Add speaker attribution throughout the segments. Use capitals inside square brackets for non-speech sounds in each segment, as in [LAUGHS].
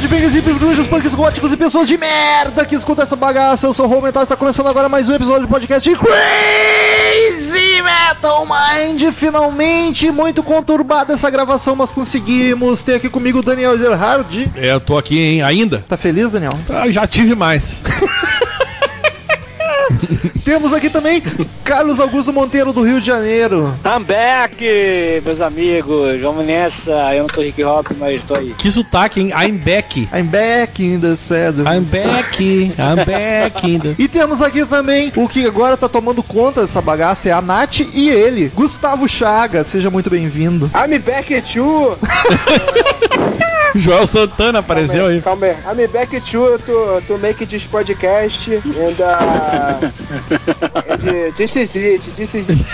Speaker 1: e pingas, hippies, grunges, punks, góticos e pessoas de merda que escutam essa bagaça. Eu sou o Rô Metal e está começando agora mais um episódio do podcast de Crazy Metal Mind. Finalmente, muito conturbada essa gravação, mas conseguimos. Tem aqui comigo o Daniel Zerhard.
Speaker 2: É, eu tô aqui, hein? Ainda?
Speaker 1: Tá feliz, Daniel?
Speaker 2: Ah, já tive mais.
Speaker 1: Temos aqui também Carlos Augusto Monteiro do Rio de Janeiro.
Speaker 3: I'm back, meus amigos. Vamos nessa. Eu não tô Rick Hop, mas tô aí.
Speaker 2: Que sotaque, hein? I'm back.
Speaker 1: I'm back in the saddle.
Speaker 2: I'm back. I'm back in the...
Speaker 1: E temos aqui também o que agora tá tomando conta dessa bagaça, é a Nath e ele, Gustavo Chaga. Seja muito bem-vindo.
Speaker 4: I'm back at you.
Speaker 2: Joel Santana apareceu aí.
Speaker 4: Calma aí. I'm back at you to, to make this podcast and uh, this is it, this is it.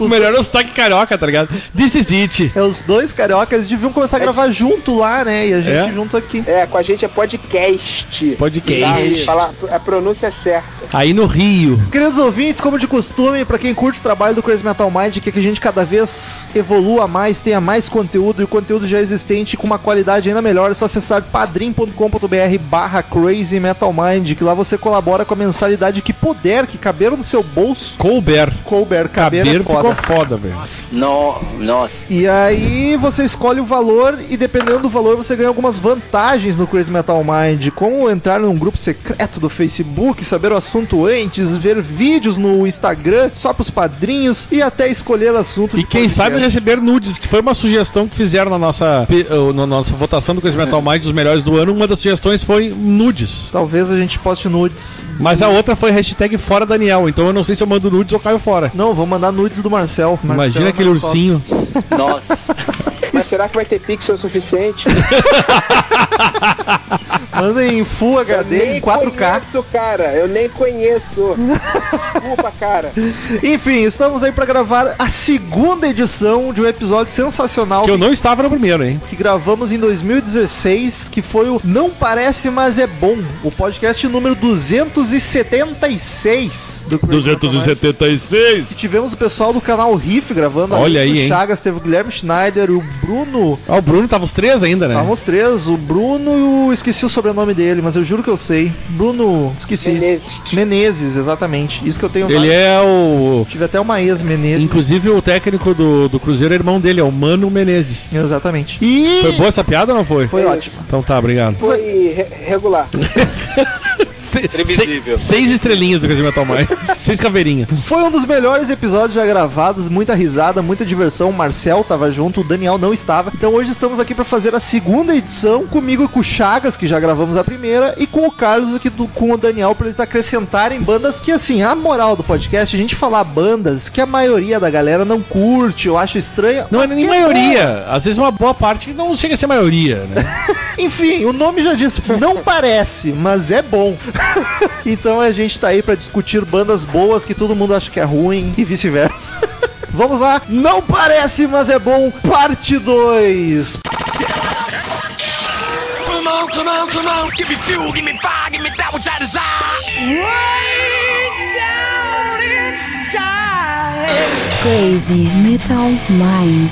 Speaker 2: O melhor é o sotaque carioca, tá ligado? This is it.
Speaker 1: É os dois cariocas, eles deviam começar a gravar junto lá, né? E a gente
Speaker 2: É?
Speaker 1: junto aqui.
Speaker 4: É, com a gente é podcast.
Speaker 2: Podcast.
Speaker 4: Tá? Falar a pronúncia é certa.
Speaker 2: Aí no Rio.
Speaker 1: Queridos ouvintes, como de costume, pra quem curte o trabalho do Crazy Metal Mind, que a gente cada vez evolua mais, tenha mais conteúdo e o conteúdo já é existente com uma qualidade ainda melhor, é só acessar padrim.com.br barra Crazy Metal Mind, que lá você colabora com a mensalidade que puder, que caber no seu bolso.
Speaker 2: Colbert.
Speaker 1: Couber, caber,
Speaker 2: Caber
Speaker 1: é foda.
Speaker 2: ficou foda, velho.
Speaker 3: No, nossa.
Speaker 1: E aí você escolhe o valor e dependendo do valor você ganha algumas vantagens no Crazy Metal Mind, como entrar num grupo secreto do Facebook, saber o assunto antes, ver vídeos no Instagram só pros padrinhos e até escolher assunto
Speaker 2: E quem sabe receber nudes, que foi uma sugestão que fizeram na nossa, pe- eh, na nossa votação do Crazy Metal Mind dos melhores do ano. Uma das sugestões foi nudes.
Speaker 1: Talvez a gente poste nudes.
Speaker 2: Mas a outra foi hashtag fora Daniel. Então eu não sei se eu mando nudes ou caio fora.
Speaker 1: Não, vou mandar nudes do Marcel. Marcel
Speaker 2: Imagina
Speaker 1: é
Speaker 2: aquele
Speaker 1: mais top.
Speaker 2: ursinho.
Speaker 3: Nossa.
Speaker 4: Mas será que vai ter pixel suficiente?
Speaker 1: Manda em Full HD, em 4K.
Speaker 4: conheço, cara. Eu nem conheço. Desculpa, cara.
Speaker 2: [LAUGHS]
Speaker 1: Enfim, estamos aí pra gravar a segunda edição de um episódio sensacional
Speaker 2: Que eu não estava no primeiro, hein?
Speaker 1: que gravamos em 2016, que foi o Não Parece Mas É Bom, o podcast número 276 do Crazy Metal Mind. E
Speaker 2: 276.
Speaker 1: tivemos o pessoal do canal Riff gravando.
Speaker 2: Olha aí,
Speaker 1: o
Speaker 2: hein?
Speaker 1: Chagas, teve o Guilherme Schneider, o Bruno.
Speaker 2: Ah, o Bruno tava os três ainda, né?
Speaker 1: Estavam os três, o Bruno e o. Esqueci o sobrenome dele, mas eu juro que eu sei. Bruno. Esqueci.
Speaker 4: Menezes.
Speaker 2: Né?
Speaker 1: Menezes, exatamente. Isso que eu tenho.
Speaker 2: Ele é o.
Speaker 1: Tive até uma ex Menezes.
Speaker 2: Inclusive o técnico do, do Cruzeiro é irmão dele, é o Mano Menezes.
Speaker 1: Exatamente. E.
Speaker 2: Foi boa essa piada ou não foi?
Speaker 1: Foi
Speaker 4: Isso.
Speaker 1: ótimo.
Speaker 2: Então tá, obrigado.
Speaker 4: Foi re- regular.
Speaker 2: Se-
Speaker 3: Previsível.
Speaker 2: se- seis estrelinhas do Crazy Metal
Speaker 1: [LAUGHS]
Speaker 2: Mind. seis caveirinhas.
Speaker 1: Foi um dos melhores episódios já gravados, muita risada, muita diversão. O Marcel tava junto, o Daniel não estava. Então hoje estamos aqui para fazer a segunda edição, comigo e com o Chagas, que já gravamos a primeira, e com o Carlos aqui do, com o Daniel para eles acrescentarem bandas que, assim, a moral do podcast, é a gente falar bandas que a maioria da galera não curte ou acha estranha.
Speaker 2: Não é
Speaker 1: mas
Speaker 2: nem
Speaker 1: que
Speaker 2: maioria. Às vezes uma boa parte não chega a ser maioria, né?
Speaker 1: boa. Enfim, o nome já disse, [LAUGHS] não parece, mas é bom. então a gente tá aí para discutir bandas boas que todo mundo acha que é ruim e vice-versa. [LAUGHS] Vamos lá, não parece, mas é bom, parte 2.
Speaker 5: Come on, come on, come on. Give me fuel, give me fire, give me that which I desire. Way down inside.
Speaker 6: Crazy Metal Mind.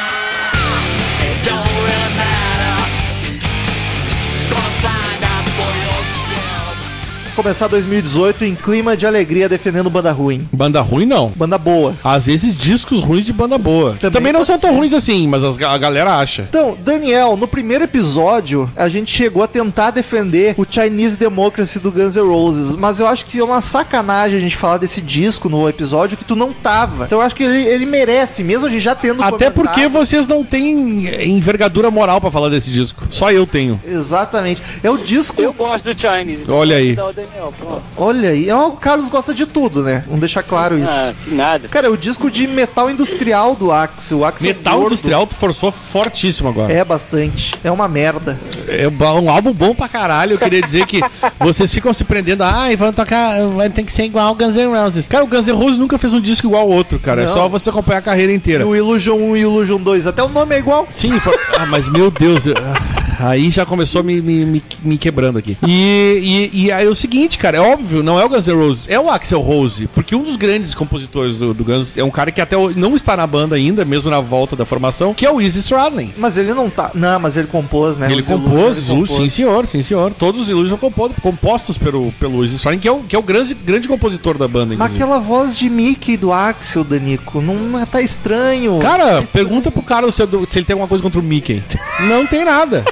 Speaker 5: It don't really matter. Gonna find out for yourself.
Speaker 1: Começar 2018 em clima de alegria defendendo banda ruim.
Speaker 2: Banda ruim, não.
Speaker 1: Banda boa.
Speaker 2: Às vezes discos ruins de banda boa.
Speaker 1: Também
Speaker 2: Também, não
Speaker 1: pode
Speaker 2: são tão
Speaker 1: ser.
Speaker 2: ruins assim, mas as ga- a galera acha.
Speaker 1: Então, Daniel, no primeiro episódio, a gente chegou a tentar defender o Chinese Democracy do Guns N' Roses, mas eu acho que é uma sacanagem a gente falar desse disco no episódio que tu não tava. Então eu acho que ele, ele merece, mesmo a gente já tendo
Speaker 2: Até
Speaker 1: comentado.
Speaker 2: porque vocês não têm eh, envergadura moral pra falar desse disco. Só eu tenho.
Speaker 1: Exatamente. É o disco...
Speaker 3: [LAUGHS] Eu gosto do Chinese.
Speaker 2: Olha aí.
Speaker 3: Não, Daniel, pronto.
Speaker 1: Olha aí, é o Carlos gosta de tudo, né? Vamos deixar claro isso.
Speaker 3: Ah, que nada.
Speaker 1: Cara, é o disco de metal industrial do Axel. O Axel
Speaker 2: Metal
Speaker 1: gordo.
Speaker 2: Industrial tu forçou fortíssimo agora.
Speaker 1: É bastante. É uma merda.
Speaker 2: É um álbum bom pra caralho. Eu queria dizer que vocês ficam se prendendo. Ai, vão tocar. Vai ter que ser igual ao Guns N' Roses. Cara, o Guns N' Roses nunca fez um disco igual ao outro, cara.
Speaker 1: Não.
Speaker 2: É só você acompanhar a carreira
Speaker 1: E
Speaker 2: inteira.
Speaker 1: o Illusion 1 e o Illusion 2, até o nome é igual.
Speaker 2: Sim, foi- ah, mas meu Deus. eu- ah, aí já começou me, me, me, me quebrando aqui. E, e, e aí é o seguinte, cara, é óbvio, não é o Guns N' Roses, é o Axel Rose, porque um dos grandes compositores do, do Guns é um cara que até hoje não está na banda ainda, mesmo na volta da formação, que é o Izzy Stradlin.
Speaker 1: Mas ele não tá. Não, mas ele compôs, né?
Speaker 2: É, Ele
Speaker 1: Os Illusions,
Speaker 2: compôs,
Speaker 1: ele
Speaker 2: Zul, sim senhor, sim senhor. Todos os Illusions são compô- compostos pelo, pelo Izzy Stradlin, que é o, que é o grande, grande compositor da banda,
Speaker 1: Mas
Speaker 2: inclusive.
Speaker 1: aquela voz de Mickey do Axel, Danico, não não tá estranho.
Speaker 2: Cara,
Speaker 3: é
Speaker 2: pergunta pro cara se, é se ele tem alguma coisa contra o
Speaker 3: [LAUGHS]
Speaker 2: Mickey. Não tem nada.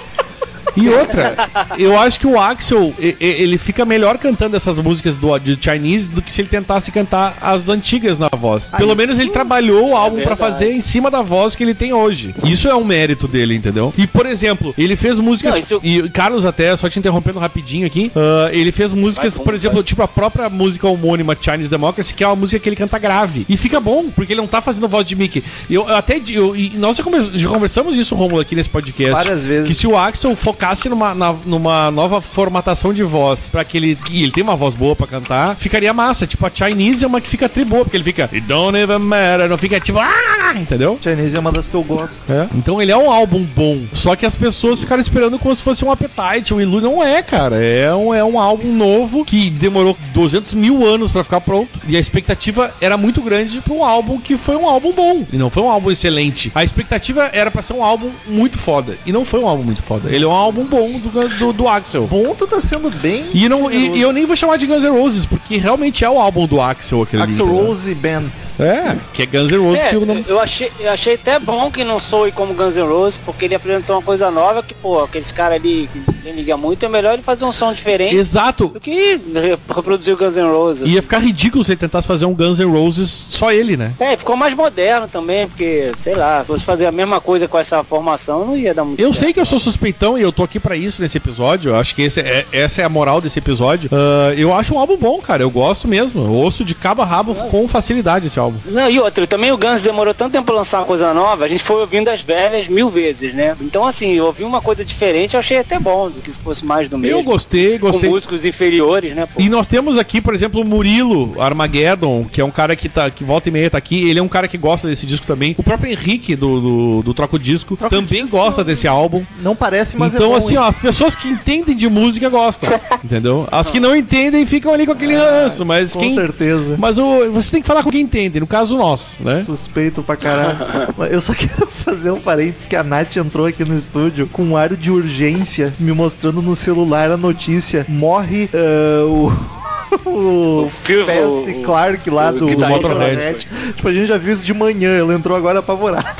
Speaker 2: E outra, eu acho que o Axel, e- e- ele fica melhor cantando essas músicas do de Chinese do que se ele tentasse cantar as antigas na voz.
Speaker 3: Ah,
Speaker 2: Pelo
Speaker 1: isso-
Speaker 2: menos ele trabalhou o álbum pra
Speaker 3: É verdade.
Speaker 2: fazer em cima da voz que ele tem hoje. Isso é um mérito dele, entendeu? E, por exemplo, ele fez músicas...
Speaker 3: Não, isso-
Speaker 2: E, Carlos, até, só te interrompendo rapidinho aqui, ah, ele fez músicas,
Speaker 3: Vai,
Speaker 2: por
Speaker 3: vai.
Speaker 2: exemplo, exemplo, tipo a própria música homônima Chinese Democracy, que é uma música que ele canta grave. E fica bom, porque ele não tá fazendo voz de Mickey. E Eu, eu até. di- Eu, e nós já conver- já conversamos isso, Romulo, aqui nesse podcast.
Speaker 1: Várias vezes.
Speaker 2: Que se o Axel focasse numa, na- numa nova formatação de voz pra que ele. E ele tem uma voz boa pra cantar, ficaria massa. Tipo, a Chinese é uma que fica tri boa, porque ele fica. It don't even matter. Não fica tipo. "Ah", Entendeu?
Speaker 1: Chinese é uma das que eu gosto.
Speaker 2: Então ele é um álbum bom. Só que as pessoas ficaram esperando como se fosse um Appetite, um Ilu. Não é, cara. É um, é um álbum novo que demorou 200 mil anos pra ficar pronto. E a expectativa era muito grande pra um álbum que foi um álbum bom. E não foi um álbum excelente. A expectativa era pra ser um álbum muito foda. E não foi um álbum muito foda. Ele é um álbum bom do, do, do Axel.
Speaker 1: Ponto tá sendo bem.
Speaker 2: E, não, e, e eu nem vou chamar de Guns N' Roses, porque realmente é o álbum do Axel aquele
Speaker 1: Axel
Speaker 2: ali, entendeu?
Speaker 1: Rose Band.
Speaker 2: É, que é Guns N' Roses.
Speaker 3: É,
Speaker 2: que o nome-
Speaker 3: eu achei, eu achei até bom que não soe como Guns N' Roses, porque ele apresentou uma coisa nova que, pô, aqueles caras ali que ninguém liga muito, é melhor ele fazer um som
Speaker 2: é,
Speaker 3: diferente
Speaker 2: Exato.
Speaker 3: do que [LAUGHS] re- reproduzir o Guns N' Roses.
Speaker 2: Ia ficar ridículo se ele tentasse fazer um Guns N' Roses só ele, né?
Speaker 3: É, ficou mais moderno também, porque, sei lá, se fosse fazer a mesma coisa com essa formação, não ia dar muito
Speaker 2: Eu
Speaker 3: certo.
Speaker 2: sei que eu sou suspeitão e eu tô aqui pra isso nesse episódio. Eu acho que esse é- essa é a moral desse episódio. Ah, eu acho um álbum bom, cara. Eu gosto mesmo. Eu ouço de cabo a rabo com facilidade esse álbum.
Speaker 3: Não, e outra, também o Guns demorou tanto tempo pra lançar uma coisa nova, a gente foi ouvindo as velhas mil vezes, né? Então, assim, eu ouvi uma coisa diferente, eu achei até bom do que se fosse mais do mesmo.
Speaker 2: Eu gostei, gostei.
Speaker 3: Com músicos inferiores, né? pô?
Speaker 2: E nós temos aqui, por exemplo, o Murilo Armageddon, que é um cara que, tá, que volta e meia tá aqui. Ele é um cara que gosta desse disco também. O próprio Henrique, do, do, do Troco Disco,
Speaker 1: Troco
Speaker 2: também
Speaker 1: Disco-
Speaker 2: gosta desse álbum.
Speaker 1: Não parece, mas é
Speaker 2: então,
Speaker 1: bom,
Speaker 2: assim,
Speaker 1: hein?
Speaker 2: ó, as pessoas que entendem de
Speaker 1: [LAUGHS]
Speaker 2: música gostam, entendeu? As que não entendem ficam ali com aquele ranço, mas
Speaker 1: É, Com
Speaker 2: quem...
Speaker 1: certeza.
Speaker 2: Mas o, você tem que falar com quem entende, no caso nós, né?
Speaker 1: Suspeito pra caralho. Mas Eu só quero [LAUGHS] fazer um parênteses que a Nath entrou aqui no estúdio com um ar de urgência, me mostrando no celular a notícia. Morre ah, o. [LAUGHS] o
Speaker 3: Phil-
Speaker 1: Fast
Speaker 3: o-
Speaker 1: Clark lá
Speaker 3: o
Speaker 1: do, do
Speaker 3: guitarrista né?
Speaker 1: Motorhead. Tipo, a gente já viu isso de manhã, ela entrou agora apavorada.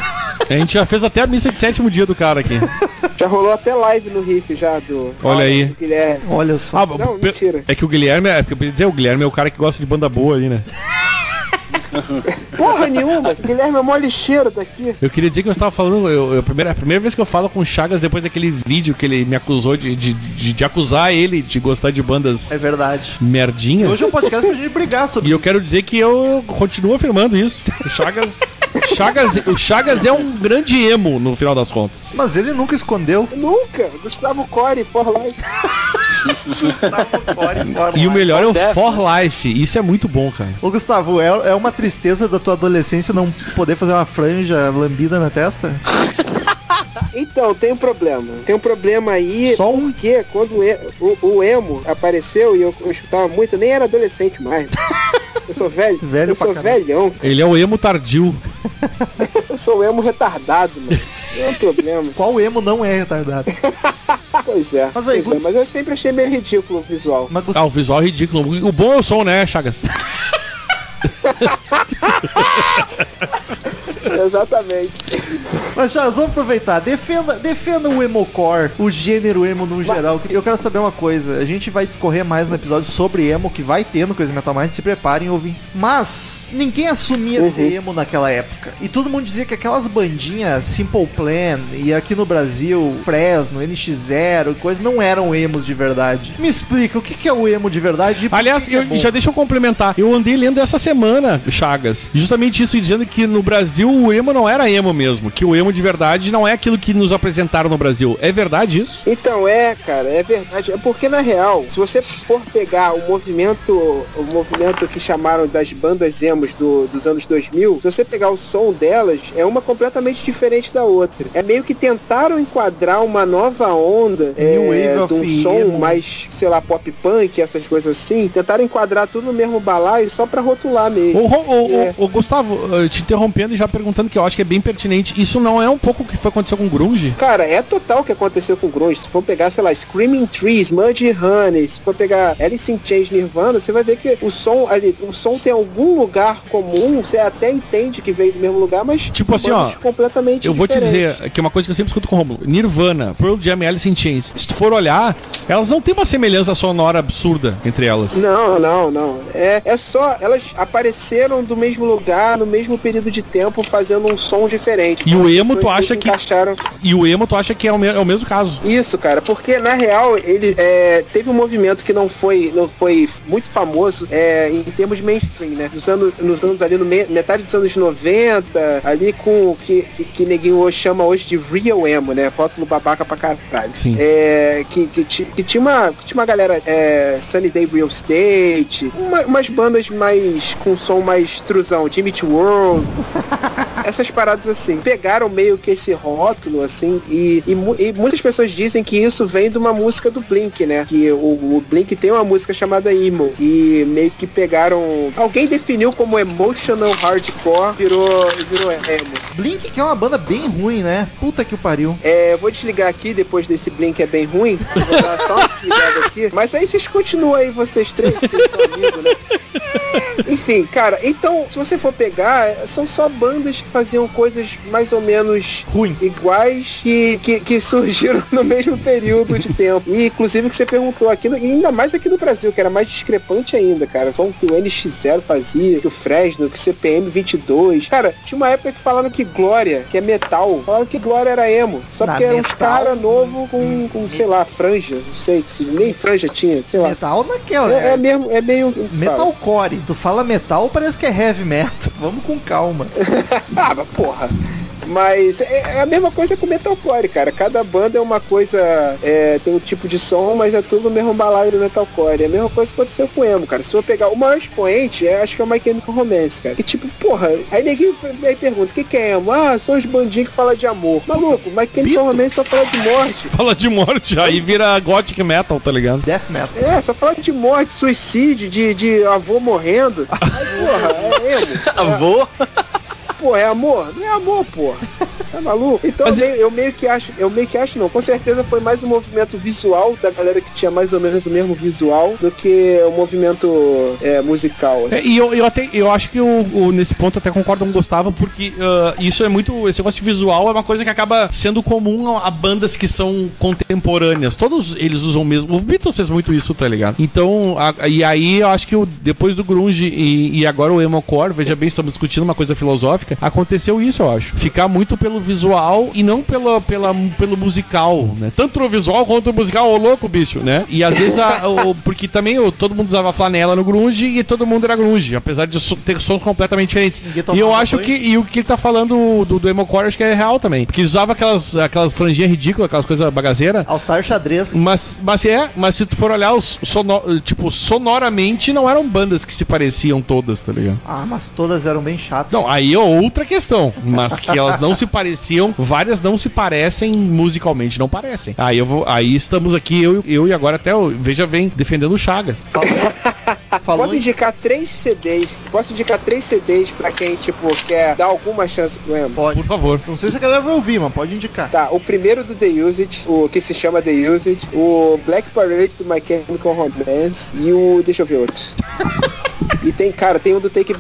Speaker 2: A gente já fez até a missa de sétimo dia do
Speaker 1: [LAUGHS]
Speaker 2: cara aqui.
Speaker 4: Já rolou até live no riff já do.
Speaker 2: Olha aí.
Speaker 4: do Guilherme.
Speaker 1: Olha só.
Speaker 2: Ah,
Speaker 4: Não,
Speaker 2: pe-
Speaker 4: mentira.
Speaker 2: É que o Guilherme, é, porque eu ia dizer, o Guilherme é o cara que gosta de banda boa aí, né?
Speaker 4: Porra nenhuma. Guilherme é o maior lixeiro daqui.
Speaker 2: Eu queria dizer que eu estava falando, eu, eu- a, primeira, a primeira vez que eu falo com o Chagas depois daquele vídeo que ele me acusou de, de, de, de acusar ele de gostar de bandas
Speaker 1: É verdade.
Speaker 2: merdinhas.
Speaker 1: Hoje é um podcast pra gente brigar sobre
Speaker 2: E eu quero dizer que eu continuo afirmando isso. O Chagas, Chagas, o Chagas é um grande emo, no final das contas.
Speaker 1: isso. Mas ele nunca escondeu.
Speaker 4: Nunca. Gustavo Core, for life.
Speaker 2: E o melhor é o
Speaker 3: Deve.
Speaker 2: For
Speaker 1: né?
Speaker 2: Life. Isso é muito bom, cara.
Speaker 1: Ô Gustavo, é, é uma tristeza da tua adolescência não poder fazer uma franja lambida na testa?
Speaker 4: Então, tem um problema. Tem um problema aí.
Speaker 1: Só um?
Speaker 4: Porque quando o e- o, o emo apareceu e eu, eu escutava muito, eu nem era adolescente mais. Eu sou velho.
Speaker 1: [LAUGHS] Velho
Speaker 4: eu
Speaker 1: pra
Speaker 4: sou
Speaker 1: caralho.
Speaker 4: velhão.
Speaker 2: Ele é o emo tardio.
Speaker 4: Eu sou emo retardado, mano. É um problema.
Speaker 1: Qual emo não é
Speaker 2: [LAUGHS]
Speaker 1: retardado?
Speaker 4: Pois é.
Speaker 1: Mas aí,
Speaker 4: pois é,
Speaker 1: Gus-
Speaker 4: mas eu sempre achei meio ridículo o visual.
Speaker 1: Mas
Speaker 2: Ah, o visual é ridículo. O bom é o som,
Speaker 1: [LAUGHS]
Speaker 2: né, Chagas?
Speaker 4: Exatamente.
Speaker 1: Mas Charles, vamos aproveitar. Defenda, defenda o emocore, o gênero emo no geral. Eu quero saber uma coisa. A gente vai discorrer mais no episódio sobre emo que vai ter no Crazy Metal Mind. Se preparem, ouvintes. Mas ninguém assumia
Speaker 4: Uhum.
Speaker 1: ser emo naquela época. E todo mundo dizia que aquelas bandinhas Simple Plan e aqui no Brasil Fresno, NX0 e coisas não eram emos de verdade. Me explica, o que que é o emo de verdade? e por
Speaker 2: Aliás,
Speaker 1: que que é
Speaker 2: eu-
Speaker 1: bom?
Speaker 2: já deixa eu complementar. Eu andei lendo essa semana, Chagas, justamente isso, e dizendo que no Brasil o emo não era emo mesmo, que o emo de verdade não é aquilo que nos apresentaram no Brasil. É verdade isso?
Speaker 4: Então é, cara, é verdade. É porque na real, se você for pegar o movimento, o movimento que chamaram das bandas emos do- dos anos 2000, se você pegar o som delas, é uma completamente diferente da outra. É meio que tentaram enquadrar uma nova onda
Speaker 1: New
Speaker 4: é,
Speaker 1: Wave
Speaker 4: de um
Speaker 1: of
Speaker 4: som
Speaker 1: emo.
Speaker 4: mais, sei lá, pop punk, essas coisas assim. Tentaram enquadrar tudo no mesmo balaio só pra rotular mesmo.
Speaker 2: Ô, Ro- ô, ô,
Speaker 4: É.
Speaker 2: ô, Gustavo, eh, te interrompendo e já perguntando que eu acho que é bem pertinente. Isso não é um pouco o que foi acontecer com Grunge?
Speaker 4: Cara, é total o que aconteceu com o Grunge. Se for pegar, sei lá, Screaming Trees, Muddy Honey, se for pegar Alice in Chains, Nirvana, você vai ver que o som ali, o som tem algum lugar comum, você até entende que veio do mesmo lugar, mas
Speaker 2: Tipo
Speaker 4: são
Speaker 2: assim, ó,
Speaker 4: coisas completamente
Speaker 2: Eu vou te
Speaker 4: diferentes.
Speaker 2: dizer que é uma coisa que eu sempre escuto com o Romulo. Nirvana, Pearl Jam e Alice in Chains. Se tu for olhar, elas não têm uma semelhança sonora absurda entre elas.
Speaker 4: Não, não, não. É, é só elas apareceram do mesmo lugar, no mesmo período de tempo, fazendo um som diferente. Então,
Speaker 2: E o
Speaker 4: As
Speaker 2: emo, tu
Speaker 4: pessoas
Speaker 2: acha
Speaker 4: meio
Speaker 2: que-
Speaker 4: encaixaram
Speaker 2: E o emo, tu acha que é o, me- é o mesmo caso? [LAUGHS]
Speaker 4: Isso, cara, porque na real ele é, teve um movimento que não foi, não foi muito famoso é, em termos de mainstream, né? Nos anos, nos anos ali, no me- metade dos anos 90, ali com o que, que, que neguinho hoje chama hoje de real emo, né? Rótulo babaca pra caralho.
Speaker 2: Sim.
Speaker 4: É, que, que, ti- que tinha uma, que tinha uma galera, é, Sunny Day Real Estate, uma- umas bandas mais com som mais truzão, Jimmy Eat World, essas paradas assim. Pegaram meio que esse rótulo, assim, e, e, mu- e muitas pessoas dizem que isso vem de uma música do Blink, né? Que o, o Blink tem uma música chamada Emo. E meio que pegaram. Alguém definiu como emotional hardcore, virou, virou emo.
Speaker 1: Blink, que é uma banda bem ruim, né? Puta que o pariu.
Speaker 4: É, eu vou desligar aqui depois desse Blink é bem ruim. Vou dar só uma desligada aqui. Mas aí vocês continuam aí, vocês três, que vocês são amigos, né? Enfim, cara, então, se você for pegar, são só bandas que faziam coisas mais ou menos
Speaker 1: Ruins.
Speaker 4: iguais que, que, que surgiram no mesmo período de tempo. E inclusive o que você perguntou aqui, no- e ainda mais aqui no Brasil, que era mais discrepante ainda, cara. Como que o NX0 fazia, que o Fresno, que o CPM 22. Cara, tinha uma época que falaram que Glória, que é metal, falaram que Glória era emo. Só
Speaker 1: Na
Speaker 4: porque eram uns
Speaker 1: metal, Hum,
Speaker 4: caras novos com, com, sei lá, franja, não sei, se nem franja tinha, sei lá.
Speaker 1: Metal naquela.
Speaker 4: É,
Speaker 1: né?
Speaker 4: é mesmo, é meio... fala.
Speaker 1: Metalcore. Tu fala metal, parece que é heavy metal. [LAUGHS] Vamos com calma.
Speaker 4: [LAUGHS] Ah, mas porra. Mas é é a mesma coisa com metalcore, cara. Cada banda é uma coisa, é, tem um tipo de som, mas é tudo o mesmo balaio do metalcore. É a mesma coisa que aconteceu com o emo, cara. Se eu pegar o maior expoente, é, acho que é o My Chemical Romance, cara. Que tipo, porra, aí ninguém aí pergunta, o que, que é emo? Ah, são os bandinhos que falam de amor. Maluco, My Chemical Romance só fala de morte.
Speaker 2: Fala de morte, aí vira gothic metal, tá ligado?
Speaker 1: Death metal.
Speaker 4: É, só fala de morte, suicídio, de, de avô morrendo. Aí, porra, é emo.
Speaker 7: Avô?
Speaker 4: Pô, é amor? Não é amor, porra. Tá maluco? Então
Speaker 2: Mas
Speaker 4: eu, meio, eu meio que acho, eu meio que acho não. Com certeza foi mais um movimento visual da galera que tinha mais ou menos o mesmo visual do que o movimento é, musical. assim.
Speaker 2: É, e eu, eu, até, eu acho que eu, eu, nesse ponto até concordo com o Gustavo, porque ah, isso é muito. Esse negócio de visual é uma coisa que acaba sendo comum a, a bandas que são contemporâneas. Todos eles usam o mesmo. O Beatles fez muito isso, tá ligado? Então, a- e aí eu acho que o- depois do Grunge e, e agora o Emo Core, veja bem, estamos discutindo uma coisa filosófica, aconteceu isso, eu acho. Ficar muito pelo visual e não pela, pela, pelo musical, né? Tanto o visual quanto o musical, ô louco, bicho, né? E às vezes, a- o- porque também o- todo mundo usava flanela no grunge e todo mundo era grunge, apesar de so- ter sons completamente diferentes.
Speaker 1: Ninguém
Speaker 2: E eu
Speaker 1: tomava
Speaker 2: acho
Speaker 1: banho.
Speaker 2: que, e o que ele tá falando do, do Emocore, acho que é real também. Porque usava aquelas, aquelas franjinhas ridículas, aquelas coisas bagaceiras,
Speaker 1: All Star xadrez.
Speaker 2: mas, mas é, mas se tu for olhar, os sono- tipo, sonoramente não eram bandas que se pareciam todas, tá ligado?
Speaker 1: Ah, mas todas eram bem chatas.
Speaker 2: Não, aí é outra questão. Mas que elas não se pareciam, várias não se parecem musicalmente, não parecem. Aí eu vou, aí estamos aqui, eu, eu e agora até o Veja Vem, defendendo o Chagas.
Speaker 1: Falou
Speaker 4: Posso
Speaker 1: em...
Speaker 4: indicar três CDs. Posso indicar três CDs pra quem, tipo, quer dar alguma chance pro emo.
Speaker 1: Pode.
Speaker 2: Por favor.
Speaker 1: Não sei se a galera vai ouvir, mas pode indicar.
Speaker 4: Tá, o primeiro do The Usage, o que se chama The Usage, o Black Parade do My Chemical Romance e o. Deixa eu ver outro. E tem, cara, tem um do Take.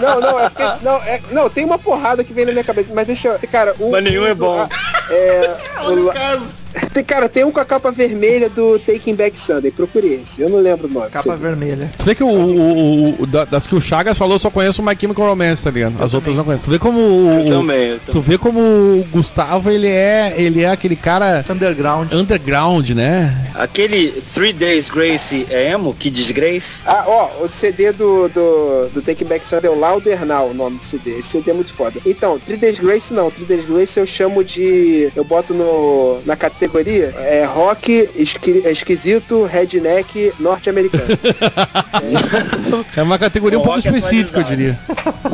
Speaker 4: Não, não, é porque. Não, é, não, tem uma porrada que vem na minha cabeça, mas deixa eu. Cara, o.
Speaker 7: Mas nenhum é
Speaker 4: o do-
Speaker 7: bom.
Speaker 4: a- é, o,
Speaker 1: Carlos.
Speaker 4: Tem- Cara, tem um com a capa vermelha do Taking Back Sunday. Procure esse. Eu não lembro o nome.
Speaker 1: Capa
Speaker 4: Você-
Speaker 1: vermelha.
Speaker 2: Você vê que o, o- o- o- da- das que o Chagas falou, eu só conheço o My Chemical Romance, tá ligado? As outras não conheço. Tu vê como
Speaker 3: Eu
Speaker 2: o, o-
Speaker 3: também, eu também.
Speaker 2: tu vê como o Gustavo, ele é, ele é aquele cara
Speaker 1: Underground.
Speaker 2: underground, né?
Speaker 3: Aquele Three Days Grace é emo? Que desgrace?
Speaker 4: Ah, ó, o CD do, do, do Take Back Sunday é o Louder Now, o nome do CD. Esse CD é muito foda. Então, 3 Days Grace não. 3 Days Grace eu chamo de... Eu boto no, na categoria é, rock esqui- é, esquisito, redneck, norte-americano.
Speaker 2: É uma categoria um
Speaker 3: O
Speaker 2: pouco
Speaker 3: rock
Speaker 2: específica, eu
Speaker 3: atualizado.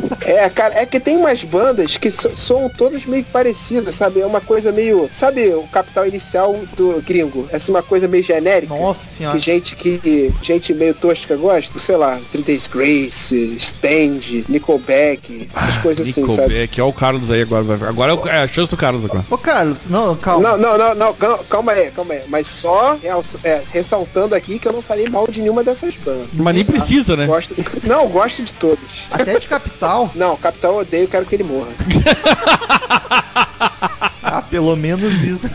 Speaker 2: diria.
Speaker 4: É, cara, é que tem umas bandas que so- são todas meio parecidas, sabe? É uma coisa meio. Sabe o capital inicial do gringo? Essa é uma coisa meio genérica.
Speaker 1: Nossa
Speaker 4: Que
Speaker 2: Ah.
Speaker 1: senhora.
Speaker 4: gente que. Gente meio tosca gosta, sei lá, 30 Grace, Stand, Nickelback, essas
Speaker 2: Ah,
Speaker 4: coisas assim, sabe?
Speaker 2: Nickelback, olha é o Carlos aí agora. vai- Agora é o- é a chance do Carlos agora.
Speaker 1: Ô, Carlos, não, calma.
Speaker 4: Não, não, não, não, cal- calma aí, calma aí. Mas só realça- é, ressaltando aqui que eu não falei mal de nenhuma dessas bandas.
Speaker 2: Mas nem precisa, né?
Speaker 4: Gosto, não, gosto de todas.
Speaker 1: Até de capital.
Speaker 4: Não, Capitão eu odeio, quero que ele morra.
Speaker 1: [LAUGHS] Ah, pelo menos isso.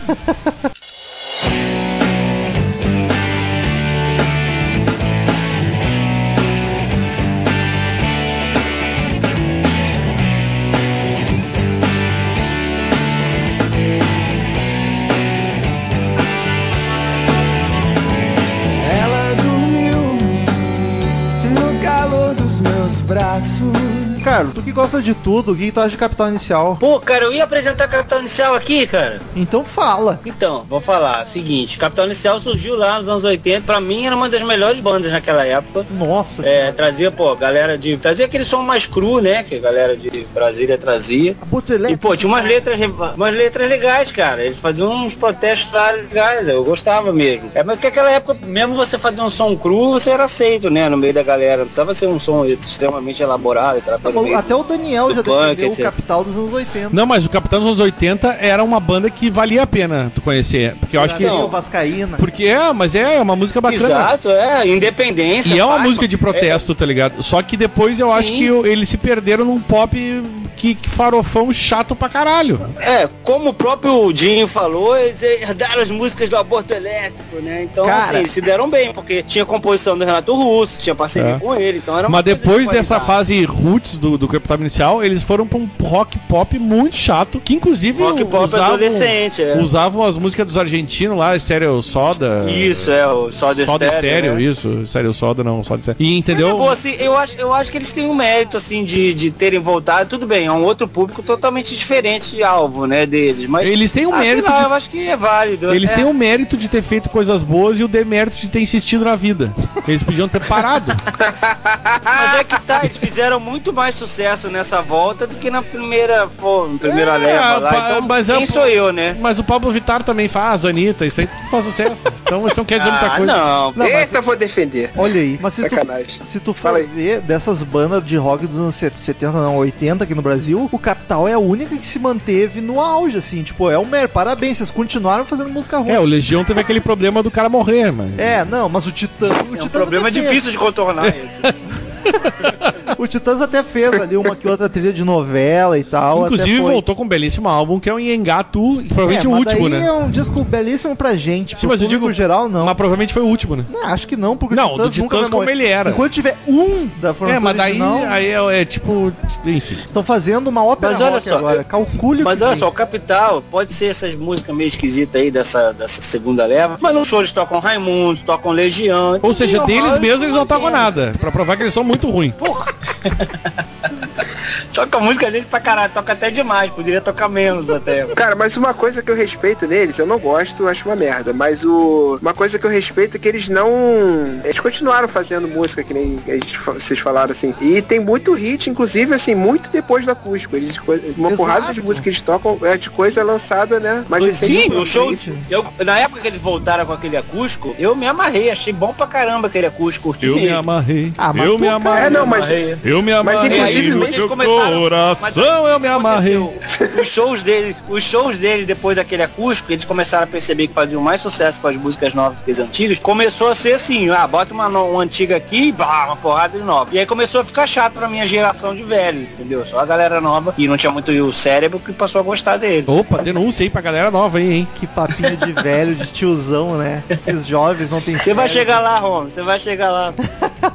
Speaker 7: Ela dormiu no calor dos meus braços.
Speaker 1: Cara, tu que gosta de tudo, o que que tu acha de capital inicial?
Speaker 3: Pô, cara, eu ia apresentar Capital Inicial aqui, cara.
Speaker 1: Então fala.
Speaker 3: Então, vou falar. Seguinte, Capital Inicial surgiu lá nos anos 80. Pra mim, era uma das melhores bandas naquela época.
Speaker 1: Nossa
Speaker 3: É, trazia, pô, galera de... Trazia aquele som mais cru, né? Que a galera de Brasília trazia.
Speaker 1: A Porto
Speaker 3: E,
Speaker 1: Elétrico.
Speaker 3: pô, tinha umas letras, umas letras legais, cara. Eles faziam uns protestos lá legais, eu gostava mesmo. É, mas que aquela época, mesmo você fazer um som cru, você era aceito, né? No meio da galera. Não precisava ser um som extremamente elaborado, aquela coisa meio-
Speaker 1: Até o Daniel
Speaker 3: do
Speaker 1: já
Speaker 3: punk, assim.
Speaker 1: defendeu o
Speaker 3: etc.
Speaker 1: capital dos anos 80.
Speaker 2: Não, mas o Capitão dos anos 80 era uma banda que valia a pena tu conhecer. Porque eu acho que.
Speaker 1: Brasil, Vascaína.
Speaker 2: Porque é, mas é uma música bacana.
Speaker 3: Exato, é, independência.
Speaker 2: E é uma
Speaker 3: Batman.
Speaker 2: música de protesto, tá ligado? Só que depois eu acho
Speaker 3: Sim.
Speaker 2: que eu- eles se perderam num pop que, que farofão chato pra caralho.
Speaker 3: É, é, como o próprio Dinho falou, eles herdaram as músicas do aborto elétrico, né? Então,
Speaker 1: Cara.
Speaker 3: assim, se deram bem, porque tinha composição do Renato Russo, tinha parceria
Speaker 2: É.
Speaker 3: com ele, então era uma
Speaker 2: Mas
Speaker 3: coisa
Speaker 2: depois
Speaker 3: de
Speaker 2: dessa
Speaker 3: qualidade.
Speaker 2: fase roots do, do Capital Inicial, eles foram pra um rock pop muito chato, que inclusive
Speaker 3: Rock pop
Speaker 2: usavam,
Speaker 3: adolescente, é.
Speaker 2: usavam as músicas dos argentinos lá, Stereo Soda.
Speaker 3: Isso, é, o Soda
Speaker 2: Soda,
Speaker 3: Stereo,
Speaker 2: Stereo,
Speaker 3: né?
Speaker 2: isso. Stereo Soda não, Soda Stereo. E
Speaker 3: Mas é
Speaker 2: entendeu?
Speaker 3: boa, assim, eu, acho, eu acho que eles têm um mérito, assim, de, de terem voltado. Tudo bem, é um outro público totalmente diferente de alvo, né, deles. Mas.
Speaker 2: Eles têm um
Speaker 3: ah, sei
Speaker 2: mérito
Speaker 3: lá,
Speaker 2: de-
Speaker 3: Eu acho que é válido.
Speaker 2: Eles
Speaker 3: é.
Speaker 2: têm o mérito de ter feito coisas boas e o demérito de ter insistido na vida. Eles podiam ter parado. um
Speaker 3: [LAUGHS] Mas é que tá, eles fizeram muito mais sucesso nessa volta do que na primeira, fo- na primeira
Speaker 2: É,
Speaker 3: leva lá.
Speaker 2: pa-
Speaker 3: Então,
Speaker 2: mas é
Speaker 3: quem
Speaker 2: um-
Speaker 3: sou eu, né?
Speaker 2: Mas o Pablo Vittar também faz, Anitta, isso aí tudo faz sucesso. Então isso não quer dizer muita
Speaker 3: Ah,
Speaker 2: coisa.
Speaker 3: não.
Speaker 1: Não, mas-
Speaker 4: Eita, vou defender.
Speaker 1: Olha aí, mas se tu,
Speaker 4: Sacanagem.
Speaker 1: se tu for
Speaker 4: Fala aí.
Speaker 1: ver dessas bandas de rock dos anos 70, não, 80 aqui no Brasil, o Capital é a única que se manteve no auge, assim, tipo, é o mer, parabéns, vocês continuaram fazendo música ruim.
Speaker 2: É, o Legião teve aquele problema do cara morrer, mano.
Speaker 1: É, não, mas o Titã. O
Speaker 3: É um
Speaker 1: Titãs
Speaker 3: problema
Speaker 1: até
Speaker 3: difícil de
Speaker 1: [LAUGHS]
Speaker 3: contornar isso.
Speaker 1: Fez, o Titãs até fez ali uma que outra trilha de novela e tal. até
Speaker 2: Inclusive
Speaker 1: foi.
Speaker 2: voltou com um belíssimo álbum, que é o Iengatu, e
Speaker 1: É,
Speaker 2: provavelmente o
Speaker 1: mas
Speaker 2: último,
Speaker 1: daí
Speaker 2: né?
Speaker 1: é um disco belíssimo pra gente.
Speaker 2: Sim,
Speaker 1: pro
Speaker 2: mas eu
Speaker 1: público
Speaker 2: digo-
Speaker 1: geral, não.
Speaker 2: Mas provavelmente foi o último, né?
Speaker 1: Não, Ah, acho que não, porque
Speaker 2: Não, do
Speaker 1: nunca
Speaker 2: Titãs
Speaker 1: vai morrer.
Speaker 2: como ele era.
Speaker 1: Enquanto tiver um da formação
Speaker 2: É, mas daí
Speaker 1: original,
Speaker 2: aí é, é tipo. Enfim.
Speaker 1: estão fazendo uma ópera
Speaker 3: Mas olha
Speaker 1: rock
Speaker 3: só,
Speaker 1: agora.
Speaker 3: eu-
Speaker 1: Calcule o
Speaker 3: Mas
Speaker 1: que
Speaker 3: olha
Speaker 1: vem.
Speaker 3: só, o Capital pode ser essas músicas meio esquisitas aí dessa, dessa segunda leva, mas no show eles tocam Raimundo, tocam Legião. é
Speaker 2: Ou seja,
Speaker 3: normal,
Speaker 2: deles mesmos eles não
Speaker 3: mantêm.
Speaker 2: tocam nada. Pra provar que eles são muito ruins.
Speaker 3: Porra. toca música dele pra caralho, toca até demais, poderia tocar menos até.
Speaker 4: Cara, mas uma coisa que eu respeito neles, eu não gosto, eu acho uma merda, mas o uma coisa que eu respeito é que eles não eles continuaram fazendo música que nem a gente fa- vocês falaram assim. E tem muito hit, inclusive assim, muito depois do acústico. Eles co- uma
Speaker 1: Exato.
Speaker 4: porrada de música que eles tocam é de coisa lançada, né? Mas
Speaker 3: Sim, o show.
Speaker 1: gente.
Speaker 3: Eu, na época que eles voltaram com aquele acústico, eu me amarrei, achei bom pra caramba aquele acústico, curti
Speaker 2: Eu me
Speaker 3: mesmo.
Speaker 2: amarrei.
Speaker 1: Ah, mas
Speaker 2: eu me
Speaker 1: tu, cara,
Speaker 2: amarrei.
Speaker 4: É, não, mas
Speaker 3: amarrei.
Speaker 2: Eu me amarrei.
Speaker 4: Mas, inclusive,
Speaker 2: no
Speaker 3: eles
Speaker 2: seu
Speaker 3: começaram começaram- mas
Speaker 2: coração eu me amarrei.
Speaker 3: aconteceu? Os shows deles, os shows deles depois daquele acústico, eles começaram a perceber que faziam mais sucesso com as músicas novas do que as antigas. Começou a ser assim, ah, bota uma, no- uma antiga aqui e blá, uma porrada de nova. E aí começou a ficar chato pra minha geração de velhos, entendeu? Só a galera nova que não tinha muito o cérebro que passou a gostar deles.
Speaker 2: Opa, denúncia aí pra galera nova aí, hein?
Speaker 1: Que papinho de velho, de tiozão, né? Esses jovens não tem
Speaker 3: Você
Speaker 1: cérebro.
Speaker 3: vai chegar lá, Rom, você vai chegar lá.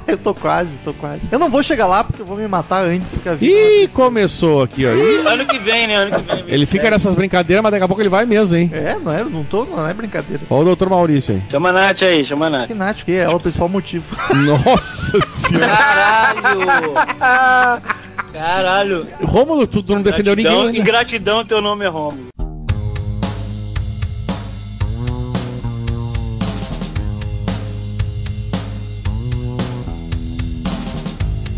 Speaker 1: Eu tô quase, tô quase. Eu não vou chegar lá porque eu vou me matar antes, porque a vida. é
Speaker 2: Ih, começou aqui, ó. Ih,
Speaker 3: Ano que vem, né? Ano que vem.
Speaker 2: Ele fica
Speaker 3: sério.
Speaker 2: nessas brincadeiras, mas daqui a pouco ele vai mesmo, hein?
Speaker 1: É, não é, não tô, não é brincadeira.
Speaker 2: Ó o doutor Maurício aí.
Speaker 3: Chama a Nath aí, chama a Nath.
Speaker 1: Que Nath, que é o principal motivo.
Speaker 2: [LAUGHS] Nossa senhora.
Speaker 3: Caralho! Caralho!
Speaker 2: Rômulo, tu, tu não defendeu
Speaker 3: Gratidão,
Speaker 2: ninguém. né?
Speaker 3: ingratidão, teu nome é Romulo.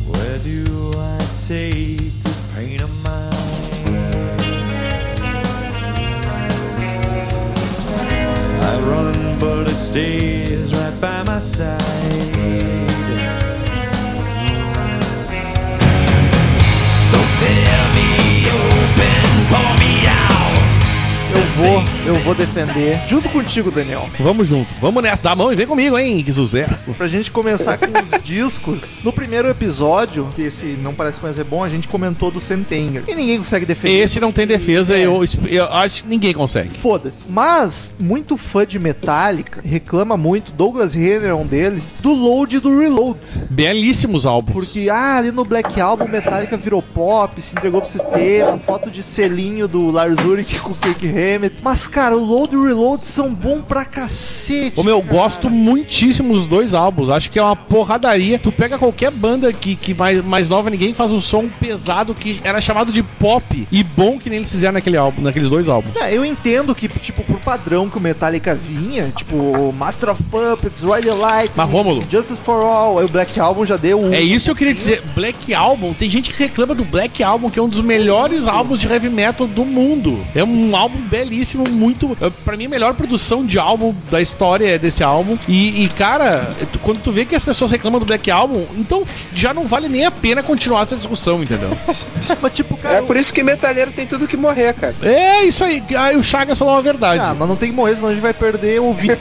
Speaker 7: Where do I take this pain of mine? I run, but it stays right by my side. So tear me open, pour me out.
Speaker 1: Eu vou, eu vou defender. Junto contigo, Daniel.
Speaker 2: Vamos junto. Vamos nessa. Dá a mão e vem comigo, hein? Que sucesso.
Speaker 1: Pra gente começar com
Speaker 3: [LAUGHS]
Speaker 1: os discos, no primeiro episódio, que esse não parece mais é bom, a gente comentou do Sentenger. E ninguém consegue defender.
Speaker 2: Esse não tem defesa, eu, esp- eu acho que ninguém consegue.
Speaker 1: Foda-se. Mas, muito fã de Metallica reclama muito, Douglas Renner é um deles, do load e do reload.
Speaker 2: Belíssimos álbuns.
Speaker 1: Porque, ah, ali no Black Album, Metallica virou pop, se entregou pro sistema, foto de selinho do Lars Ulrich com o Kirk Hammett. Mas, cara, o Load e o Reload são bom pra cacete.
Speaker 2: Como eu
Speaker 1: cara.
Speaker 2: gosto muitíssimo dos dois álbuns, acho que é uma porradaria. Tu pega qualquer banda que, que mais, mais nova, ninguém faz um som pesado que era chamado de pop e bom que nem eles fizeram naquele álbum, naqueles dois álbuns.
Speaker 1: É, eu entendo que, tipo, pro padrão que o Metallica vinha, tipo, o Master of Puppets, Ride the Light,
Speaker 2: Mas, Rômulo-
Speaker 1: Justice for All, aí o Black Album já deu um.
Speaker 2: É isso que eu queria dizer. Black Album, tem gente que reclama do Black Album, que é um dos melhores álbuns de heavy metal do mundo. É um álbum belíssimo, muito. eh, Pra mim, a melhor produção de álbum da história é desse álbum. E, e, cara, tu- quando tu vê que as pessoas reclamam do Black Album, então já não vale nem a pena continuar essa discussão, entendeu?
Speaker 1: Mas, tipo, cara,
Speaker 4: É por isso que metalheiro tem tudo que morrer, cara.
Speaker 2: É isso aí. Aí o Chagas falou a verdade.
Speaker 1: ah, mas não tem que morrer, senão a gente vai perder o vídeo.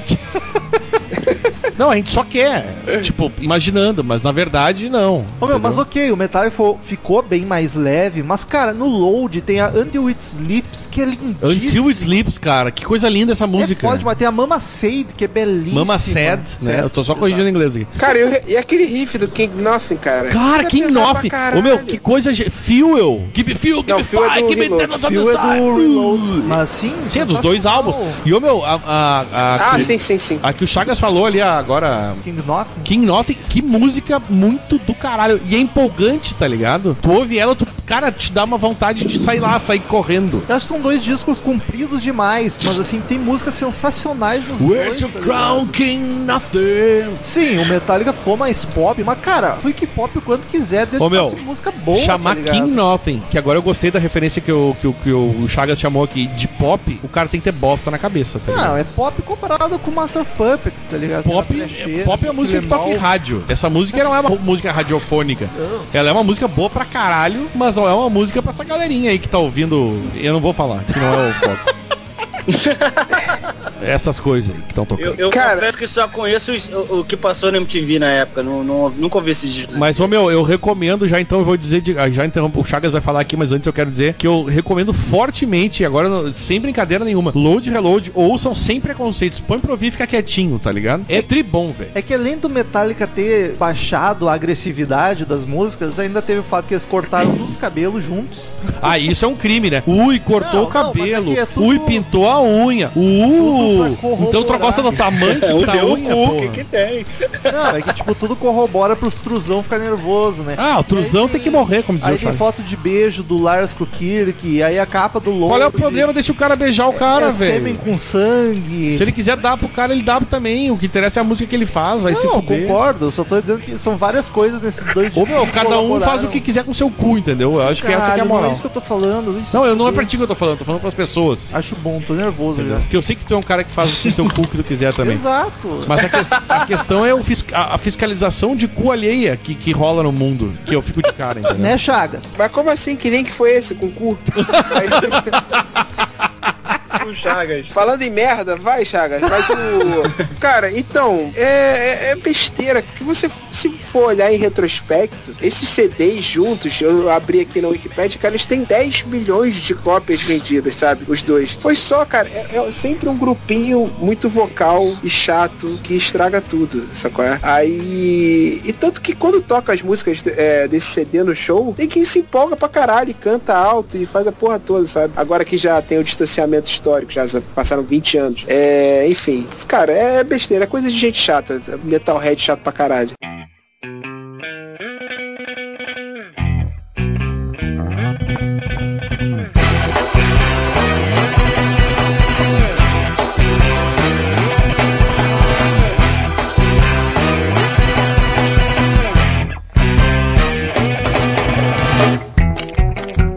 Speaker 2: Não, a gente só quer. Tipo, imaginando, mas na verdade não.
Speaker 1: Ô, meu, mas ok, o Metallica fo- ficou bem mais leve, mas, cara, no Load tem a Until It Sleeps, que é lindíssima.
Speaker 2: Until It Sleeps, cara, que coisa linda essa música.
Speaker 1: É foda, mas tem a Mama Said, que é belíssima.
Speaker 2: Mama Sad, né? Eu tô só corrigindo em inglês aqui.
Speaker 4: Cara, e, o- e aquele riff do King Nothing, cara? é
Speaker 2: Cara, que
Speaker 4: pesado pra
Speaker 2: nof! Ô
Speaker 4: caralho.
Speaker 2: meu, que coisa. ge- Fuel! Give me fuel, give
Speaker 4: Não,
Speaker 2: me
Speaker 4: Fuel é
Speaker 2: fire,
Speaker 4: do
Speaker 2: give me
Speaker 4: Reload.
Speaker 2: death on the
Speaker 1: Fio é do
Speaker 2: side.
Speaker 1: Reload. Mas sim,
Speaker 2: Sim, é dos dois álbuns. E ô meu, a, a, a,
Speaker 4: Ah,
Speaker 2: que,
Speaker 4: sim, sim, sim.
Speaker 2: a que o Chagas falou ali ah, agora.
Speaker 1: King Nothing.
Speaker 2: King Nothing, que música muito do caralho. E é empolgante, tá ligado? Tu ouve ela, tu, cara, te dá uma vontade de sair lá, sair correndo.
Speaker 1: Eu acho que são dois discos compridos demais, mas assim, tem músicas sensacionais nos dois.
Speaker 2: Where's your
Speaker 1: tá
Speaker 2: crown,
Speaker 1: ligado?
Speaker 2: King Nothing?
Speaker 1: Sim, o Metallica ficou mais pop, mas cara, foi que pop o quanto quiser, desde
Speaker 2: Ô,
Speaker 1: que
Speaker 2: meu,
Speaker 1: faça música boa.
Speaker 2: Chamar
Speaker 1: tá ligado?
Speaker 2: King Nothing, que agora eu gostei da referência que, o- que, o- que o Chagas chamou aqui de pop, o cara tem que ter bosta na cabeça, tá ligado?
Speaker 1: Não, é pop comparado com Master of Puppets, tá ligado?
Speaker 2: Pop,
Speaker 1: Aquela trecheira,
Speaker 2: pop é a música que
Speaker 1: aquele
Speaker 2: toca em
Speaker 1: mal.
Speaker 2: rádio. Essa música não é uma música radiofônica. Ela é uma música boa pra caralho, mas não é uma música pra essa galerinha aí que tá ouvindo. Eu não vou falar, que não é o foco. Essas coisas aí que estão tocando.
Speaker 3: Eu, eu
Speaker 4: Cara-
Speaker 3: confesso que só conheço os- o, o que passou na MTV na época. Não, não- nunca ouvi esses discos.
Speaker 2: Mas, ô meu, eu recomendo, já então eu vou dizer, de- ah, já interrompo, o Chagas vai falar aqui, mas antes eu quero dizer que eu recomendo fortemente, agora no- sem brincadeira nenhuma, load e reload, ouçam sem preconceitos, põe pro ouvir e fica quietinho, tá ligado? É tribom, velho.
Speaker 1: É que além do Metallica ter baixado a agressividade das músicas, ainda teve o fato que eles cortaram todos os cabelos
Speaker 2: [LAUGHS]
Speaker 1: juntos.
Speaker 2: Ah, isso é um crime, né? Ui, cortou
Speaker 1: Não,
Speaker 2: o
Speaker 1: não, mas
Speaker 2: cabelo.
Speaker 1: aqui é tudo-
Speaker 2: Ui, pintou a unha.
Speaker 1: Tudo
Speaker 2: Uh!
Speaker 1: pra corroborar.
Speaker 2: Então trocou essa do
Speaker 3: [LAUGHS]
Speaker 2: tamanho que tá a
Speaker 3: deu
Speaker 2: unha,
Speaker 3: É, o que,
Speaker 2: porra.
Speaker 3: que tem.
Speaker 1: Não, é que tipo, tudo corrobora pros trusão ficar nervoso, né?
Speaker 2: Ah, o trusão
Speaker 1: Aí
Speaker 2: tem que morrer, como dizia
Speaker 1: Aí
Speaker 2: o
Speaker 1: tem
Speaker 2: Charles.
Speaker 1: foto de beijo do Lars com o Kirk, aí a capa do Load.
Speaker 2: Qual é o problema? Deixa o cara beijar o cara,
Speaker 1: é sêmen
Speaker 2: velho.
Speaker 1: com sangue.
Speaker 2: Se ele quiser dar pro cara, ele dá também. O que interessa é a música que ele faz, vai se
Speaker 1: Não,
Speaker 2: fuder.
Speaker 1: concordo, eu só tô dizendo que são várias coisas nesses dois
Speaker 2: Ô
Speaker 1: discos
Speaker 2: meu,
Speaker 1: que
Speaker 2: cada um faz
Speaker 1: colaboraram.
Speaker 2: o que quiser com seu cu, entendeu? Eu acho que essa que é
Speaker 1: Caralho,
Speaker 2: a
Speaker 1: Não
Speaker 2: moral.
Speaker 1: é isso que eu tô falando. isso
Speaker 2: Não, eu não
Speaker 1: que-
Speaker 2: é
Speaker 1: Ah,
Speaker 2: pra ti que eu tô falando, tô falando pras pessoas.
Speaker 1: Acho bom, tô nervoso já.
Speaker 2: Porque eu sei que tu é um cara cara que faz o teu cu que tu quiser também.
Speaker 1: Exato.
Speaker 2: Mas a, ques- a questão é o fis- a, a fiscalização de cu alheia que, que rola no mundo, que eu fico de cara, entendeu?
Speaker 1: Né, Chagas?
Speaker 4: Mas como assim? Que link foi esse
Speaker 2: [LAUGHS]
Speaker 4: com cu?
Speaker 3: O Chagas.
Speaker 4: Falando em merda, vai, Chagas, mas o. Cara, então, é, é- é besteira. Que você, se for olhar em retrospecto, esses CDs juntos, eu abri aqui na Wikipedia, cara, eles têm 10 milhões de cópias vendidas, sabe? Os dois. Foi só, cara, é, é sempre um grupinho muito vocal e chato que estraga tudo, sacou? é? Aí. E tanto que quando toca as músicas é, desse CD no show, tem quem se empolga pra caralho e canta alto e faz a porra toda, sabe? Agora que já tem o distanciamento histórico, já passaram 20 anos. É, enfim, cara, é besteira, é coisa de gente chata. Metalhead chato pra caralho.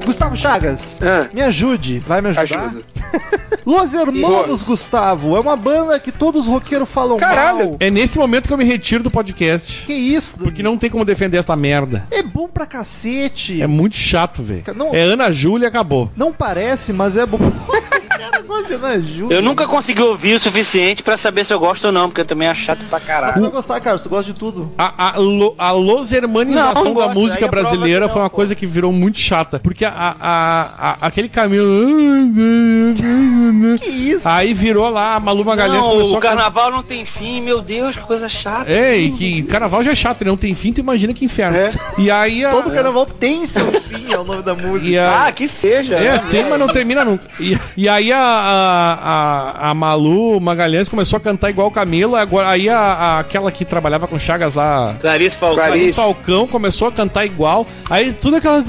Speaker 1: Gustavo Chagas,
Speaker 4: Ah,
Speaker 1: me ajude. Vai me ajudar?
Speaker 4: ajuda.
Speaker 1: Los Hermanos
Speaker 4: Vou.
Speaker 1: Gustavo. É uma banda que todos os roqueiros falam
Speaker 4: Caralho.
Speaker 1: mal.
Speaker 2: É nesse momento que eu me retiro do podcast.
Speaker 1: Que isso?
Speaker 2: Porque não tem como defender essa merda.
Speaker 1: É bom pra cacete.
Speaker 2: É muito chato, velho.
Speaker 1: Não-
Speaker 2: É Ana Júlia, acabou.
Speaker 1: Não parece, mas é bom. [LAUGHS] Cara, gosto de Ana Júlia.
Speaker 3: Eu nunca consegui ouvir o suficiente pra saber se eu gosto ou não, porque eu também acho chato pra
Speaker 1: Tu
Speaker 3: caralho.
Speaker 1: vai gostar, Carlos. Tu gosta de tudo.
Speaker 2: A, a, lo- a losermanização
Speaker 3: Não,
Speaker 2: da
Speaker 3: gosto. Aí
Speaker 2: música
Speaker 3: a prova
Speaker 2: brasileira
Speaker 3: que não,
Speaker 2: foi uma
Speaker 3: pô.
Speaker 2: coisa que virou muito chata. Porque a, a- a- aquele caminho.
Speaker 1: Que isso?
Speaker 2: Aí virou lá, a Malu Magalhães
Speaker 3: Não,
Speaker 2: começou
Speaker 3: o
Speaker 2: a cantar.
Speaker 3: carnaval não tem fim, meu Deus, que coisa chata.
Speaker 2: É, e que carnaval já é chato, ele não tem fim, tu imagina que inferno.
Speaker 3: É.
Speaker 2: E aí a.
Speaker 1: Todo carnaval tem seu fim, é o nome da música.
Speaker 2: é. e a-
Speaker 3: Ah, que seja.
Speaker 2: É,
Speaker 3: né?
Speaker 2: tem, mas não termina nunca. E, e aí a, a, a- a Malu Magalhães começou a cantar igual Camila, agora aí a, a- aquela que trabalhava com Chagas lá.
Speaker 3: Clarice Falcão.
Speaker 4: Clarice.
Speaker 2: O Falcão começou a cantar igual. Aí tudo aquela.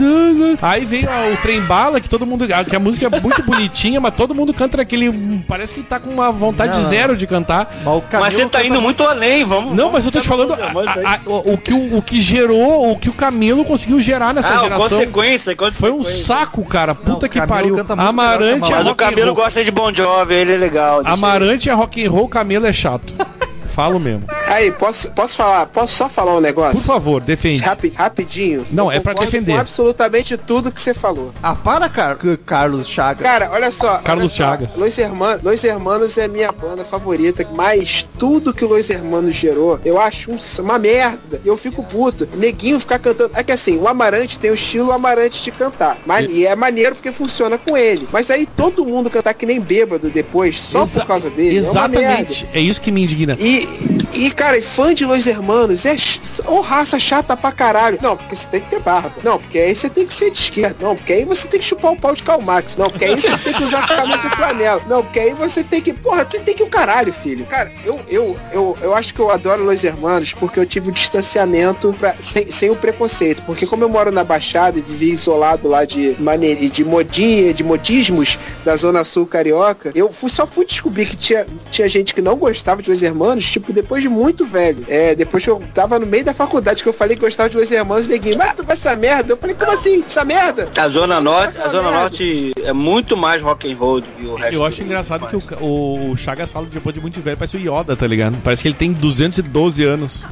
Speaker 2: Aí veio a- o trem bala, que todo mundo. Que a música é muito bonitinha, mas todo mundo canta naquele. Parece que tá com uma vontade
Speaker 1: Não, não.
Speaker 2: zero de cantar.
Speaker 1: Mas, o Camilo
Speaker 3: Mas você tá
Speaker 1: canta-
Speaker 3: indo muito além, vamos.
Speaker 2: Não, mas eu tô te falando a- a- a- o, o que, o, o que gerou, o que o Camilo conseguiu gerar nessa
Speaker 3: Ah,
Speaker 2: geração.
Speaker 3: consequência, consequência.
Speaker 2: Foi um saco, cara. Puta
Speaker 1: o
Speaker 2: que
Speaker 1: Camilo
Speaker 2: pariu.
Speaker 1: canta muito
Speaker 2: Amarante
Speaker 1: melhor
Speaker 2: é
Speaker 1: que
Speaker 3: Mas o
Speaker 2: rock and
Speaker 3: cabelo
Speaker 2: roll.
Speaker 3: gosta de Bon Jovi, ele é legal. deixa
Speaker 2: Amarante é rock and roll, Camelo é chato. [LAUGHS] Falo mesmo.
Speaker 4: Aí, posso, posso falar? Posso só falar um negócio?
Speaker 2: Por favor, defende.
Speaker 4: Rapi- rapidinho.
Speaker 2: Não,
Speaker 4: Eu
Speaker 2: é pra
Speaker 4: concordo
Speaker 2: defender.
Speaker 4: Com absolutamente tudo que você falou.
Speaker 1: Ah, para, Car- Carlos Chagas.
Speaker 4: Cara, olha só.
Speaker 2: Carlos
Speaker 4: olha só,
Speaker 2: Chagas.
Speaker 4: Los Hermanos, Los Hermanos é minha banda favorita, mas tudo que Los Hermanos gerou, eu acho um- uma merda. Eu fico puto. Neguinho ficar cantando. É que assim, o Amarante tem o estilo Amarante de cantar. Mane- E é maneiro porque funciona com ele. Mas aí todo mundo cantar que nem bêbado depois, só
Speaker 2: Exa-
Speaker 4: por causa dele. É uma merda.
Speaker 2: Exatamente. É, isso que me indigna.
Speaker 4: E, e, cara, e fã de Los Hermanos é ch- ô raça chata pra caralho. Não, porque você tem que ter barba. Não, porque aí você tem que ser de esquerda. Não, porque aí você tem que chupar o pau de Karl Marx. Não, porque aí você tem que usar a camisa de flanela. Não, porque aí você tem que. Porra, você tem que o caralho, filho. Cara, eu, eu, eu, eu acho que eu adoro Los Hermanos porque eu tive o distanciamento pra- sem, sem o preconceito. Porque como eu moro na Baixada e vivi isolado lá de maneira de modinha, de modismos da Zona Sul Carioca, eu fui, só fui descobrir que tinha, tinha gente que não gostava de Los Hermanos, tipo, depois de muito velho. É, depois que eu tava no meio da faculdade que eu falei que gostava de Los Hermanos, neguinho, mas tu vai essa merda? Eu falei, como assim? Essa merda?
Speaker 3: A Zona Norte, a
Speaker 4: Tá
Speaker 3: Zona
Speaker 4: merda.
Speaker 3: Norte é muito mais rock and roll do que o resto.
Speaker 2: Eu acho
Speaker 3: do-
Speaker 2: engraçado que o, Ca- o, o Chagas fala depois de muito velho, parece o Yoda, tá ligado? Parece que ele tem 212 [LAUGHS] anos.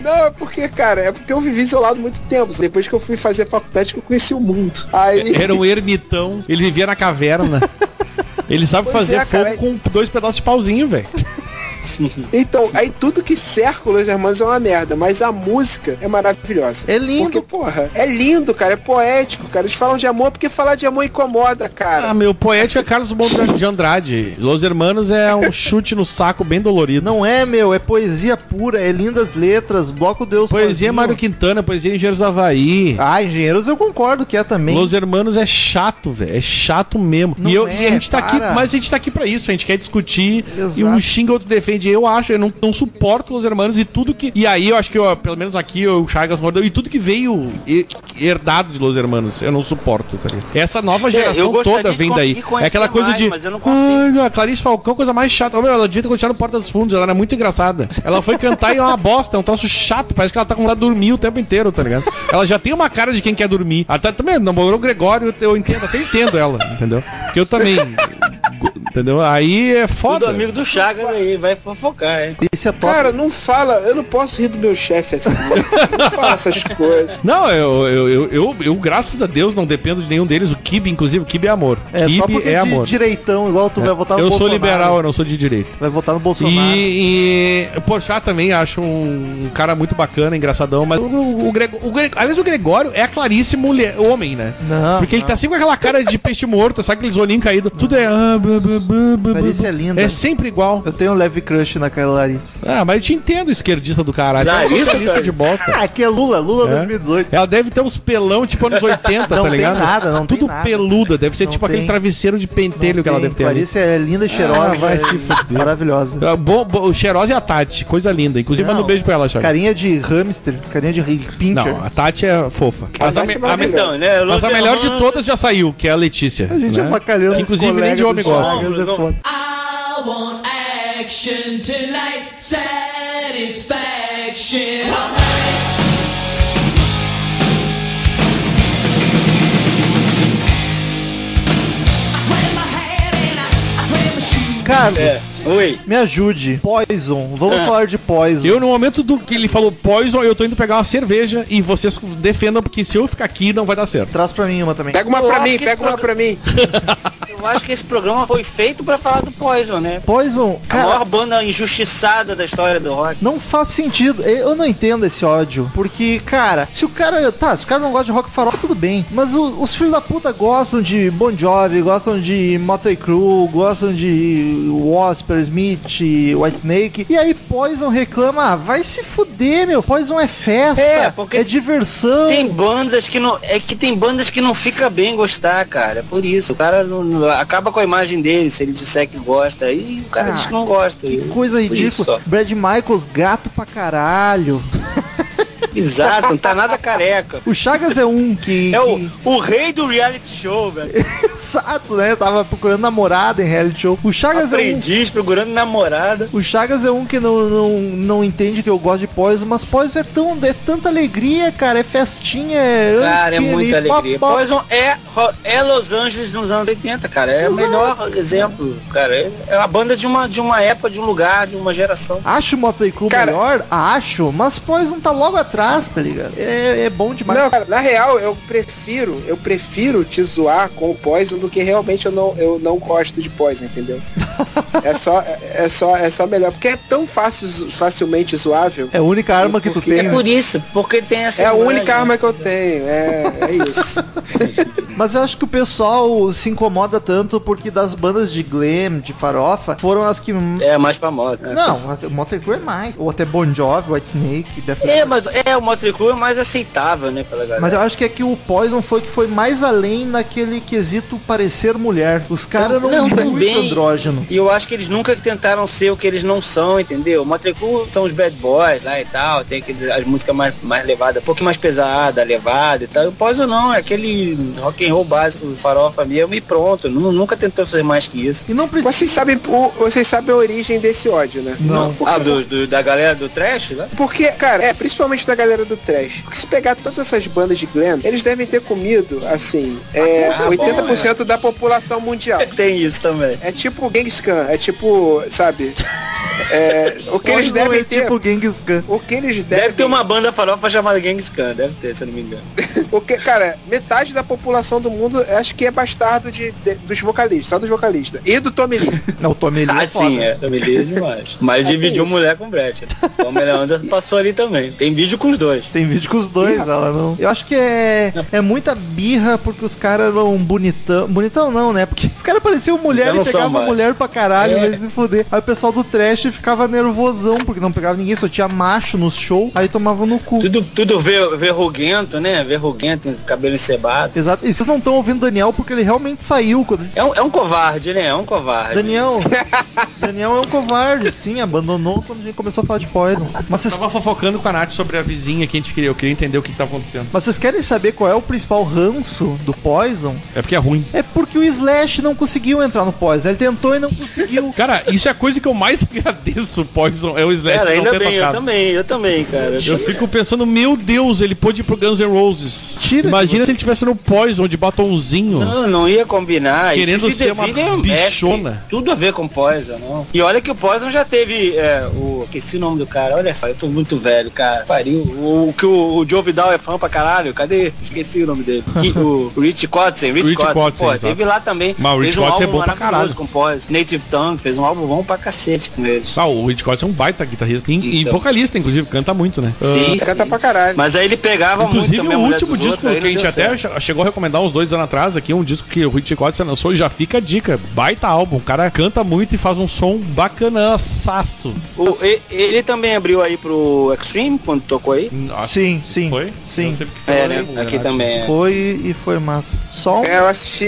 Speaker 4: Não, é porque, cara, é porque eu vivi isolado muito tempo. Depois que eu fui fazer faculdade que eu conheci o mundo. Aí.
Speaker 2: Era um ermitão, ele vivia na [LAUGHS] caverna. Ele sabe
Speaker 4: Pois
Speaker 2: fazer
Speaker 4: é,
Speaker 2: fogo
Speaker 4: cara.
Speaker 2: com dois pedaços de pauzinho, velho.
Speaker 4: Então, aí tudo que cerca o Los Hermanos é uma merda, mas a música é maravilhosa.
Speaker 1: É lindo.
Speaker 4: Porque, porra, é lindo, cara, é poético, cara. Eles falam de amor porque falar de amor incomoda, cara.
Speaker 2: Ah, meu poético é Carlos Monte de Andrade. Los Hermanos é um chute no saco bem dolorido.
Speaker 1: Não é, meu, é poesia pura, é lindas letras, bloco Deus
Speaker 2: Poesia é
Speaker 1: sozinho.
Speaker 2: Mário Quintana, poesia é Engenheiros do Havaí.
Speaker 1: Ah, engenheiros eu concordo que é também.
Speaker 2: Los Hermanos é chato, velho. É chato mesmo.
Speaker 1: Não
Speaker 2: E, eu-
Speaker 1: é,
Speaker 2: e a gente tá
Speaker 1: para.
Speaker 2: aqui, mas a gente tá aqui pra isso. A gente quer discutir
Speaker 1: Exato.
Speaker 2: e um xinga, outro defende. Eu acho, eu não, não suporto Los Hermanos e tudo que. E aí eu acho que, eu, pelo menos aqui, eu, o Chagas concordou. E tudo que veio he- herdado de Los Hermanos, eu não suporto, tá ligado? Essa nova geração
Speaker 3: É, gostaria
Speaker 2: toda
Speaker 3: de
Speaker 2: vem daí.
Speaker 3: conseguir conhecer
Speaker 2: É aquela coisa
Speaker 3: mais,
Speaker 2: de.
Speaker 3: mas eu não consigo.
Speaker 2: "Ah, a Clarice Falcão, coisa mais chata. Ô, meu, ela devia ter continuado no Porta dos Fundos, ela era muito engraçada. Ela foi cantar e é uma bosta, é um troço chato. Parece que ela tá com vontade de dormir o tempo inteiro, tá ligado? Ela já tem uma cara de quem quer dormir. Ela tá, também namorou o Gregório, eu entendo, até entendo ela, entendeu? Porque eu também. Entendeu? Aí é
Speaker 3: Todo
Speaker 2: foda.
Speaker 3: amigo do Chagas aí, vai fofocar, hein?
Speaker 1: Esse é top.
Speaker 4: Cara, não fala, eu não posso rir do meu chefe assim. não fala essas coisas.
Speaker 2: Não, eu, eu, eu, eu, eu, graças a Deus, não dependo de nenhum deles. O Kibe, inclusive, o Kibe é amor.
Speaker 1: é só
Speaker 2: Kibe
Speaker 1: porque
Speaker 2: é
Speaker 1: de
Speaker 2: amor. É.
Speaker 1: direitão, igual tu vai votar no
Speaker 2: eu sou
Speaker 1: Bolsonaro.
Speaker 2: liberal, eu não sou de direita.
Speaker 1: Vai votar no Bolsonaro.
Speaker 2: E, e Porchat também acho um, um cara muito bacana, engraçadão, mas o, o, o Grego- o Grego- aliás, o Gregório é a Clarice mulher, homem, né?
Speaker 1: Não.
Speaker 2: Porque ele tá sempre com aquela cara de peixe morto, sabe aqueles olhinhos caídos? Tudo é. ah, bu, bu, bu, bu,
Speaker 1: Clarice
Speaker 2: bu.
Speaker 1: é linda.
Speaker 2: É sempre igual.
Speaker 1: Eu tenho um leve crush naquela Clarice.
Speaker 2: Ah, mas eu te entendo, esquerdista do caralho.
Speaker 3: Ah,
Speaker 2: Eu sou
Speaker 3: isso
Speaker 2: socialista
Speaker 3: também.
Speaker 2: de bosta.
Speaker 1: Ah, aqui é Lula, Lula
Speaker 2: É?
Speaker 1: 2018.
Speaker 2: Ela deve ter uns pelão tipo anos 80,
Speaker 1: Não
Speaker 2: tá
Speaker 1: tem
Speaker 2: ligado?
Speaker 1: nada, não tem
Speaker 2: Tudo
Speaker 1: nada.
Speaker 2: peluda, deve ser
Speaker 1: Não
Speaker 2: tipo aquele
Speaker 1: tem.
Speaker 2: travesseiro de pentelho que ela
Speaker 1: Tem,
Speaker 2: deve ter. ali.
Speaker 1: Clarice é linda e cheirosa.
Speaker 2: Ah, vai
Speaker 1: é
Speaker 2: se fuder.
Speaker 1: Maravilhosa.
Speaker 2: Ah, Bom, bom, o Cheirosa e a Tati, coisa linda. Inclusive,
Speaker 1: Não.
Speaker 2: manda um beijo pra ela, Chagas.
Speaker 1: Carinha de hamster, carinha de ri- pincher.
Speaker 2: Não, a Tati é fofa. Mas a,
Speaker 4: Tati
Speaker 2: me-
Speaker 4: é
Speaker 2: a me-
Speaker 4: maravilhosa.
Speaker 3: Então, né?
Speaker 2: mas a
Speaker 3: Lula
Speaker 2: melhor
Speaker 3: tem
Speaker 2: de
Speaker 3: uma-
Speaker 2: todas já saiu, que é a Letícia.
Speaker 1: a gente
Speaker 2: né?
Speaker 1: abacalhando os
Speaker 2: Que, inclusive, nem
Speaker 1: colegas
Speaker 2: de homem
Speaker 1: do
Speaker 2: gosta.
Speaker 1: Chagas, é
Speaker 3: Não, não.
Speaker 1: foda.
Speaker 8: I want action tonight, satisfaction.
Speaker 1: Carlos,
Speaker 3: É. Oi.
Speaker 1: me ajude. Poison, vamos
Speaker 3: Ah.
Speaker 1: falar de Poison.
Speaker 2: Eu, no momento do que ele falou Poison, eu tô indo pegar uma cerveja e vocês defendam, porque se eu ficar aqui, não vai dar certo.
Speaker 1: Traz pra mim uma também.
Speaker 4: Pega uma
Speaker 3: Eu
Speaker 4: pra
Speaker 3: acho
Speaker 4: mim,
Speaker 3: que
Speaker 4: pega
Speaker 3: esse
Speaker 4: uma
Speaker 3: programa-
Speaker 4: pra mim.
Speaker 3: Eu acho que esse programa foi feito pra falar do Poison, né?
Speaker 1: Poison,
Speaker 3: A maior
Speaker 1: cara,
Speaker 3: banda injustiçada da história do rock.
Speaker 1: não faz sentido. Eu não entendo esse ódio. Porque, cara, se o cara. Tá, se o cara não gosta de rock farol, tudo bem. Mas o- os filhos da puta gostam de Bon Jovi, gostam de Motley Crue, gostam de Wasp, Smith, White Snake. E aí Poison reclama: ah, vai se fuder, meu. Poison é festa, é,
Speaker 3: É, porque
Speaker 1: diversão.
Speaker 3: Tem bandas que não. É que tem bandas que não fica bem gostar, cara. É por isso. O cara não, não- acaba com a imagem dele se ele disser que gosta. E o cara
Speaker 1: Ah,
Speaker 3: diz que não gosta.
Speaker 1: Que
Speaker 3: E-
Speaker 1: coisa
Speaker 3: por isso
Speaker 1: ridícula.
Speaker 3: só.
Speaker 1: Brad Michaels, gato pra caralho.
Speaker 3: Exato, É não tá
Speaker 1: [LAUGHS]
Speaker 3: nada careca.
Speaker 1: O Chagas é um que.
Speaker 3: É o,
Speaker 1: que- [LAUGHS]
Speaker 3: o rei do reality show, velho.
Speaker 1: Exato, né? Tava procurando namorada em reality show. O Chagas é um
Speaker 3: Aprendiz, procurando namorada.
Speaker 1: O Chagas é um que não, não, não entende que eu gosto de Poison, mas Poison é, tão, é tanta alegria, cara. É festinha, é
Speaker 3: Cara, é
Speaker 1: Unskinny,
Speaker 3: muita
Speaker 1: pá,
Speaker 3: alegria.
Speaker 1: pá.
Speaker 3: Poison é, ro- é Los Angeles nos anos 80, cara. É o
Speaker 1: Exato.
Speaker 3: melhor exemplo, cara. É- É uma banda de uma, de uma época, de um lugar, de uma geração.
Speaker 1: Acho o Motley Crue
Speaker 4: Cara-
Speaker 1: melhor? Acho, mas Poison tá logo atrás, tá ligado? É, é bom demais.
Speaker 4: Não, cara, na real, eu prefiro, eu prefiro te zoar com o Poison do que realmente eu não, eu não gosto de Poison, entendeu? é só, é só, é só melhor, porque é tão fácil, facilmente zoável.
Speaker 1: É a única arma que tu
Speaker 4: Porque-
Speaker 1: tem,
Speaker 3: É
Speaker 1: né?
Speaker 3: por isso, porque tem essa.
Speaker 4: É a
Speaker 3: imagem.
Speaker 4: única arma que eu tenho, é, é
Speaker 3: [LAUGHS]
Speaker 4: isso.
Speaker 1: Mas eu acho que o pessoal se incomoda tanto porque das bandas de glam, de farofa, foram as que...
Speaker 3: É a mais famosa. né?
Speaker 1: Não, o Motley Crue é mais. Ou até Bon Jovi, White Snake, Def
Speaker 3: É, mas é o Motley Crue é mais aceitável, né, pela galera.
Speaker 1: Mas eu acho que é que o Poison foi que foi mais além naquele quesito parecer mulher. Os caras não,
Speaker 3: Não,
Speaker 1: muito
Speaker 3: também.
Speaker 1: andrógeno.
Speaker 3: E eu acho que eles nunca tentaram ser o que eles não são, entendeu? O Motley Crue são os bad boys lá e tal, tem aquele, as músicas mais, mais levadas, um pouquinho mais pesada, levada e tal. E o Poison não, é aquele rock and roll básico, farofa mesmo e pronto. Nu- Nunca tentou ser mais que isso.
Speaker 1: E não precisa.
Speaker 4: Vocês sabem, o- vocês sabem a origem desse ódio, né?
Speaker 1: Não.
Speaker 4: Porque-
Speaker 3: Ah, do, do- da galera do trash, né?
Speaker 4: Porque, cara, é, principalmente da galera do trash. Porque se pegar todas essas bandas de glam, eles devem ter comido, assim, é,
Speaker 3: Ah, bom,
Speaker 4: 80% da população mundial.
Speaker 3: Tem isso também.
Speaker 4: É tipo Genghis Khan, é tipo, sabe? É, o que eles
Speaker 1: Poison é
Speaker 4: devem ter.
Speaker 1: tipo Genghis Khan.
Speaker 4: O que eles devem.
Speaker 3: Deve ter uma banda farofa chamada Genghis Khan, deve ter, se eu não me engano.
Speaker 4: O que, cara, metade da população do mundo acho que é bastardo de, de- dos vocalistas, só dos vocalistas. E do Tommy Lee.
Speaker 1: Não, o Tommy Lee
Speaker 3: Ah,
Speaker 1: é foda.
Speaker 3: sim, é. Eu me ligo demais. [LAUGHS] Mas
Speaker 4: É,
Speaker 3: dividiu
Speaker 4: tem
Speaker 3: mulher com Brett. Então, melhor onda passou ali também. Tem vídeo com os dois.
Speaker 1: Tem vídeo com os dois,
Speaker 4: Ih,
Speaker 1: ela não. Eu acho que é, é muita birra porque os caras eram bonitão. Bonitão não, né? Porque os caras pareciam mulher
Speaker 3: Já
Speaker 1: e
Speaker 3: não são
Speaker 1: pegavam
Speaker 3: mais.
Speaker 1: mulher pra caralho,
Speaker 3: É.
Speaker 1: eles se fuder. Aí o pessoal do trash ficava nervosão porque não pegava ninguém, só tinha macho nos shows, aí tomava no cu.
Speaker 3: Tudo, tudo ver- verruguento, né? Verruguento, cabelo encebado.
Speaker 1: Exato. E vocês não estão ouvindo o Daniel porque ele realmente saiu quando
Speaker 3: É um, é um covarde, né? É um covarde.
Speaker 2: [LAUGHS]
Speaker 1: Daniel, Daniel é um covarde, sim, abandonou quando a gente começou a falar de Poison. Mas vocês,
Speaker 2: Tava fofocando com a Nath sobre a vizinha que a gente queria. Eu queria entender o que, que tava acontecendo.
Speaker 1: mas vocês querem saber qual é o principal ranço do Poison?
Speaker 2: É porque é ruim.
Speaker 1: É porque o Slash não conseguiu entrar no Poison. Ele tentou e não conseguiu.
Speaker 2: Cara, isso é a coisa que eu mais [LAUGHS] agradeço agradeço o Poison, é o Slash
Speaker 3: Cara,
Speaker 2: que não ter
Speaker 3: ainda bem, eu
Speaker 2: tocado.
Speaker 3: também, eu também, cara.
Speaker 2: Eu fico pensando, meu Deus, ele pôde ir pro Guns N' Roses.
Speaker 1: Tira de
Speaker 2: Imagina se ele tivesse no Poison de batonzinho.
Speaker 3: Não, não ia combinar. E
Speaker 2: Querendo
Speaker 3: se
Speaker 2: ser uma
Speaker 3: Devine é um
Speaker 2: bichona.
Speaker 3: mestre, Tudo a ver com Poison, não. E olha que o Poison já teve é, o... Esqueci o nome do cara. Olha só, eu tô muito velho, cara. Pariu. O, o que o, o Joe Vidal é fã pra caralho. Cadê? Esqueci o nome dele. Que- o Rich Kotzen. Rich,
Speaker 2: Rich
Speaker 3: Kotzen.
Speaker 2: Kotzen,
Speaker 3: pô,
Speaker 2: exato.
Speaker 3: teve lá também.
Speaker 2: Mas o Rich
Speaker 3: fez um
Speaker 2: Kotzen
Speaker 3: álbum
Speaker 2: é bom pra
Speaker 3: maravilhoso
Speaker 2: caralho.
Speaker 3: com Poison. Native Tongue fez um álbum bom pra cacete com eles.
Speaker 2: Ah, o Hitchcock é um baita guitarrista e, e
Speaker 3: Então.
Speaker 2: vocalista, inclusive, canta muito, né?
Speaker 3: Sim,
Speaker 4: Ele canta
Speaker 3: sim.
Speaker 4: pra caralho.
Speaker 3: Mas aí ele pegava
Speaker 2: Inclusive,
Speaker 3: muito também
Speaker 2: o
Speaker 3: a mulher
Speaker 2: último
Speaker 3: dos
Speaker 2: disco
Speaker 3: outros, aí
Speaker 2: que a
Speaker 3: não
Speaker 2: gente
Speaker 3: deu
Speaker 2: até
Speaker 3: certo.
Speaker 2: che- chegou a recomendar uns dois anos atrás aqui, um disco que o Rich Kotzen lançou e já fica a dica. Baita álbum. O cara canta muito e faz um som bacanaçaço.
Speaker 3: O- e- ele também abriu aí pro Extreme quando tocou aí.
Speaker 1: Sim, sim.
Speaker 2: Ah, Foi?
Speaker 1: Sim.
Speaker 2: Não sei porque foi
Speaker 3: É,
Speaker 2: lá,
Speaker 3: né?
Speaker 2: né?
Speaker 3: Aqui também. é.
Speaker 1: Foi e foi massa. Só um.
Speaker 4: É, eu assisti.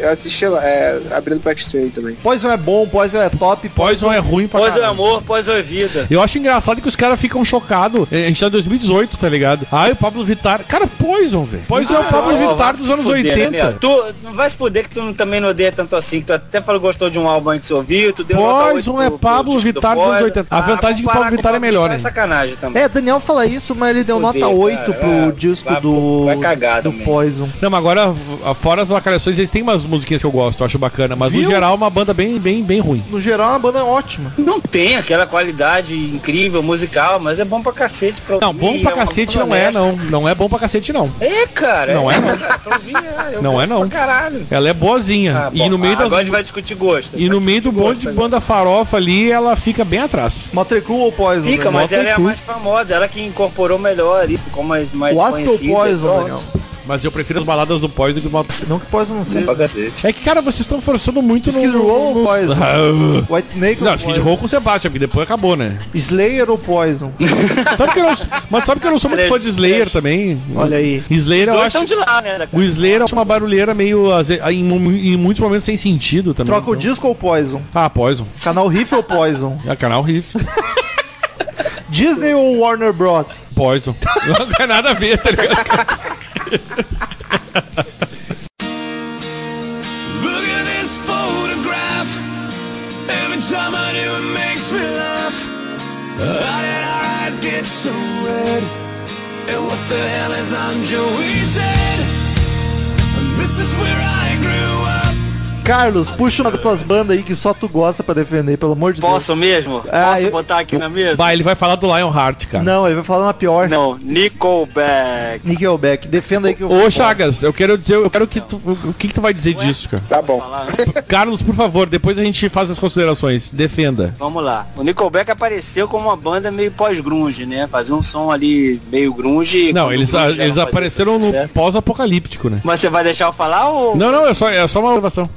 Speaker 4: Eu assisti lá, é, abrindo pra Extreme também.
Speaker 1: Poison é bom, Poison é top,
Speaker 2: Poison é ruim pra
Speaker 3: Pós o
Speaker 2: caralho.
Speaker 3: amor, pós a vida.
Speaker 2: Eu acho engraçado que os caras ficam chocados. A gente tá em 2018, tá ligado? Ai, o Pablo Vittar. Cara, Poison, velho. Poison é o Pablo
Speaker 3: Ó,
Speaker 2: Vittar
Speaker 3: vai
Speaker 2: dos
Speaker 3: Ah, se
Speaker 2: anos
Speaker 3: fuder, né,
Speaker 2: 80.
Speaker 3: meu? tu não vai se fuder que tu não- também não odeia tanto assim, que tu até falou que gostou de um álbum antes de ouvir, tu deu nota
Speaker 2: Poison
Speaker 3: oito
Speaker 2: é
Speaker 3: pro- pro
Speaker 2: Pablo
Speaker 3: disco do
Speaker 2: Vittar dos anos
Speaker 3: Poison.
Speaker 2: 80. A vantagem é que
Speaker 3: comparar
Speaker 2: Pablo
Speaker 3: com
Speaker 2: Vittar é melhor,
Speaker 3: Vittar
Speaker 2: hein?
Speaker 3: sacanagem também.
Speaker 1: É, Daniel fala isso, mas ele deu
Speaker 3: fuder,
Speaker 1: nota 8
Speaker 3: cara,
Speaker 1: pro
Speaker 3: é,
Speaker 1: disco
Speaker 3: vai-
Speaker 1: do,
Speaker 3: vai cagar
Speaker 1: do
Speaker 3: também.
Speaker 1: Poison.
Speaker 2: Não, mas agora, a- fora as lacrações, eles têm umas musiquinhas que eu gosto, eu acho bacana. Mas
Speaker 1: Viu?
Speaker 2: no geral, é uma banda bem, bem, bem ruim.
Speaker 1: No geral, é uma banda ótima.
Speaker 3: Não tem aquela qualidade incrível musical, mas é bom pra cacete. Pra
Speaker 2: Não,
Speaker 3: ouvir,
Speaker 2: bom pra
Speaker 3: é uma
Speaker 2: cacete
Speaker 3: coisa
Speaker 2: não é,
Speaker 3: honesta.
Speaker 2: não. Não é bom pra cacete, não.
Speaker 3: É, cara.
Speaker 2: Não é, não.
Speaker 3: [LAUGHS] Pra ouvir, é, eu
Speaker 2: Não é,
Speaker 3: gosto
Speaker 2: não.
Speaker 3: pra Caralho.
Speaker 2: Ela é boazinha.
Speaker 3: Ah,
Speaker 2: e
Speaker 3: bom,
Speaker 2: no meio
Speaker 3: ah,
Speaker 2: das.
Speaker 3: Agora a gente vai discutir gosto.
Speaker 2: E no meio do
Speaker 3: Gosto né?
Speaker 2: monte de
Speaker 3: agora.
Speaker 2: banda farofa ali, ela fica bem atrás.
Speaker 1: Motley Crue ou Poison?
Speaker 3: Fica,
Speaker 1: Daniel?
Speaker 3: mas ela é a
Speaker 2: Crue.
Speaker 3: mais famosa, ela que incorporou melhor isso, ficou mais, mais
Speaker 1: O Aspen ou
Speaker 3: conhecida.
Speaker 1: Poison,
Speaker 3: pronto.
Speaker 1: Daniel?
Speaker 2: Mas eu prefiro as baladas do Poison do que o Motley
Speaker 1: Não que Poison não
Speaker 3: Bom
Speaker 1: seja.
Speaker 3: pra cacete.
Speaker 2: É que, cara, vocês estão forçando muito
Speaker 1: Skid Row ou Poison?
Speaker 2: Ah,
Speaker 1: White Snake
Speaker 2: Não,
Speaker 1: ou
Speaker 2: Skid Row com o Sebastian, porque depois acabou, né?
Speaker 1: Slayer ou Poison?
Speaker 2: Sabe que eu não, mas sabe que eu não sou muito fã de Slayer também?
Speaker 1: Olha aí.
Speaker 2: Slayer eu
Speaker 3: Dois
Speaker 2: acho...
Speaker 3: são de lá, né? da-
Speaker 2: O Slayer é uma barulheira meio, às vezes, em, mu- em muitos momentos, sem sentido também.
Speaker 1: Troca o disco ou Poison?
Speaker 2: Ah, Poison.
Speaker 1: Canal Riff ou Poison?
Speaker 2: É canal Riff.
Speaker 1: Disney ou Warner Bros?
Speaker 3: [LAUGHS]
Speaker 2: Poison. Não tem nada a ver, tá ligado?
Speaker 5: Look at this photograph. Every time I do, it makes me laugh. How did our eyes get so red? And what the hell is on Joey's head? And this is where I grew up.
Speaker 1: Carlos, puxa uma das tuas bandas aí que só tu gosta pra defender, pelo amor de
Speaker 3: Posso mesmo?
Speaker 2: É,
Speaker 1: Ah,
Speaker 3: Posso
Speaker 1: eu-
Speaker 3: botar aqui na mesa?
Speaker 2: Vai, ele vai falar do Lionheart, cara.
Speaker 1: Deus. Não, ele vai falar uma pior.
Speaker 3: Não, Nickelback.
Speaker 1: Nickelback, defenda aí que eu
Speaker 2: Ô, Chagas, eu quero dizer, eu quero que tu, o que, que tu vai dizer disso, cara?
Speaker 4: Tá bom.
Speaker 3: Falar, né?
Speaker 2: Carlos, por favor, depois a gente faz as considerações. Defenda.
Speaker 3: Vamos lá. O Nickelback apareceu como uma banda meio pós-grunge, né? Fazia um som ali meio grunge.
Speaker 2: Não,
Speaker 3: quando
Speaker 2: eles,
Speaker 3: o grunge já
Speaker 2: eles
Speaker 3: não fazia
Speaker 2: apareceram
Speaker 3: tanto
Speaker 2: no
Speaker 3: sucesso.
Speaker 2: pós-apocalíptico, né?
Speaker 3: Mas você vai deixar eu falar ou...
Speaker 2: Não, não, é só, é só uma observação.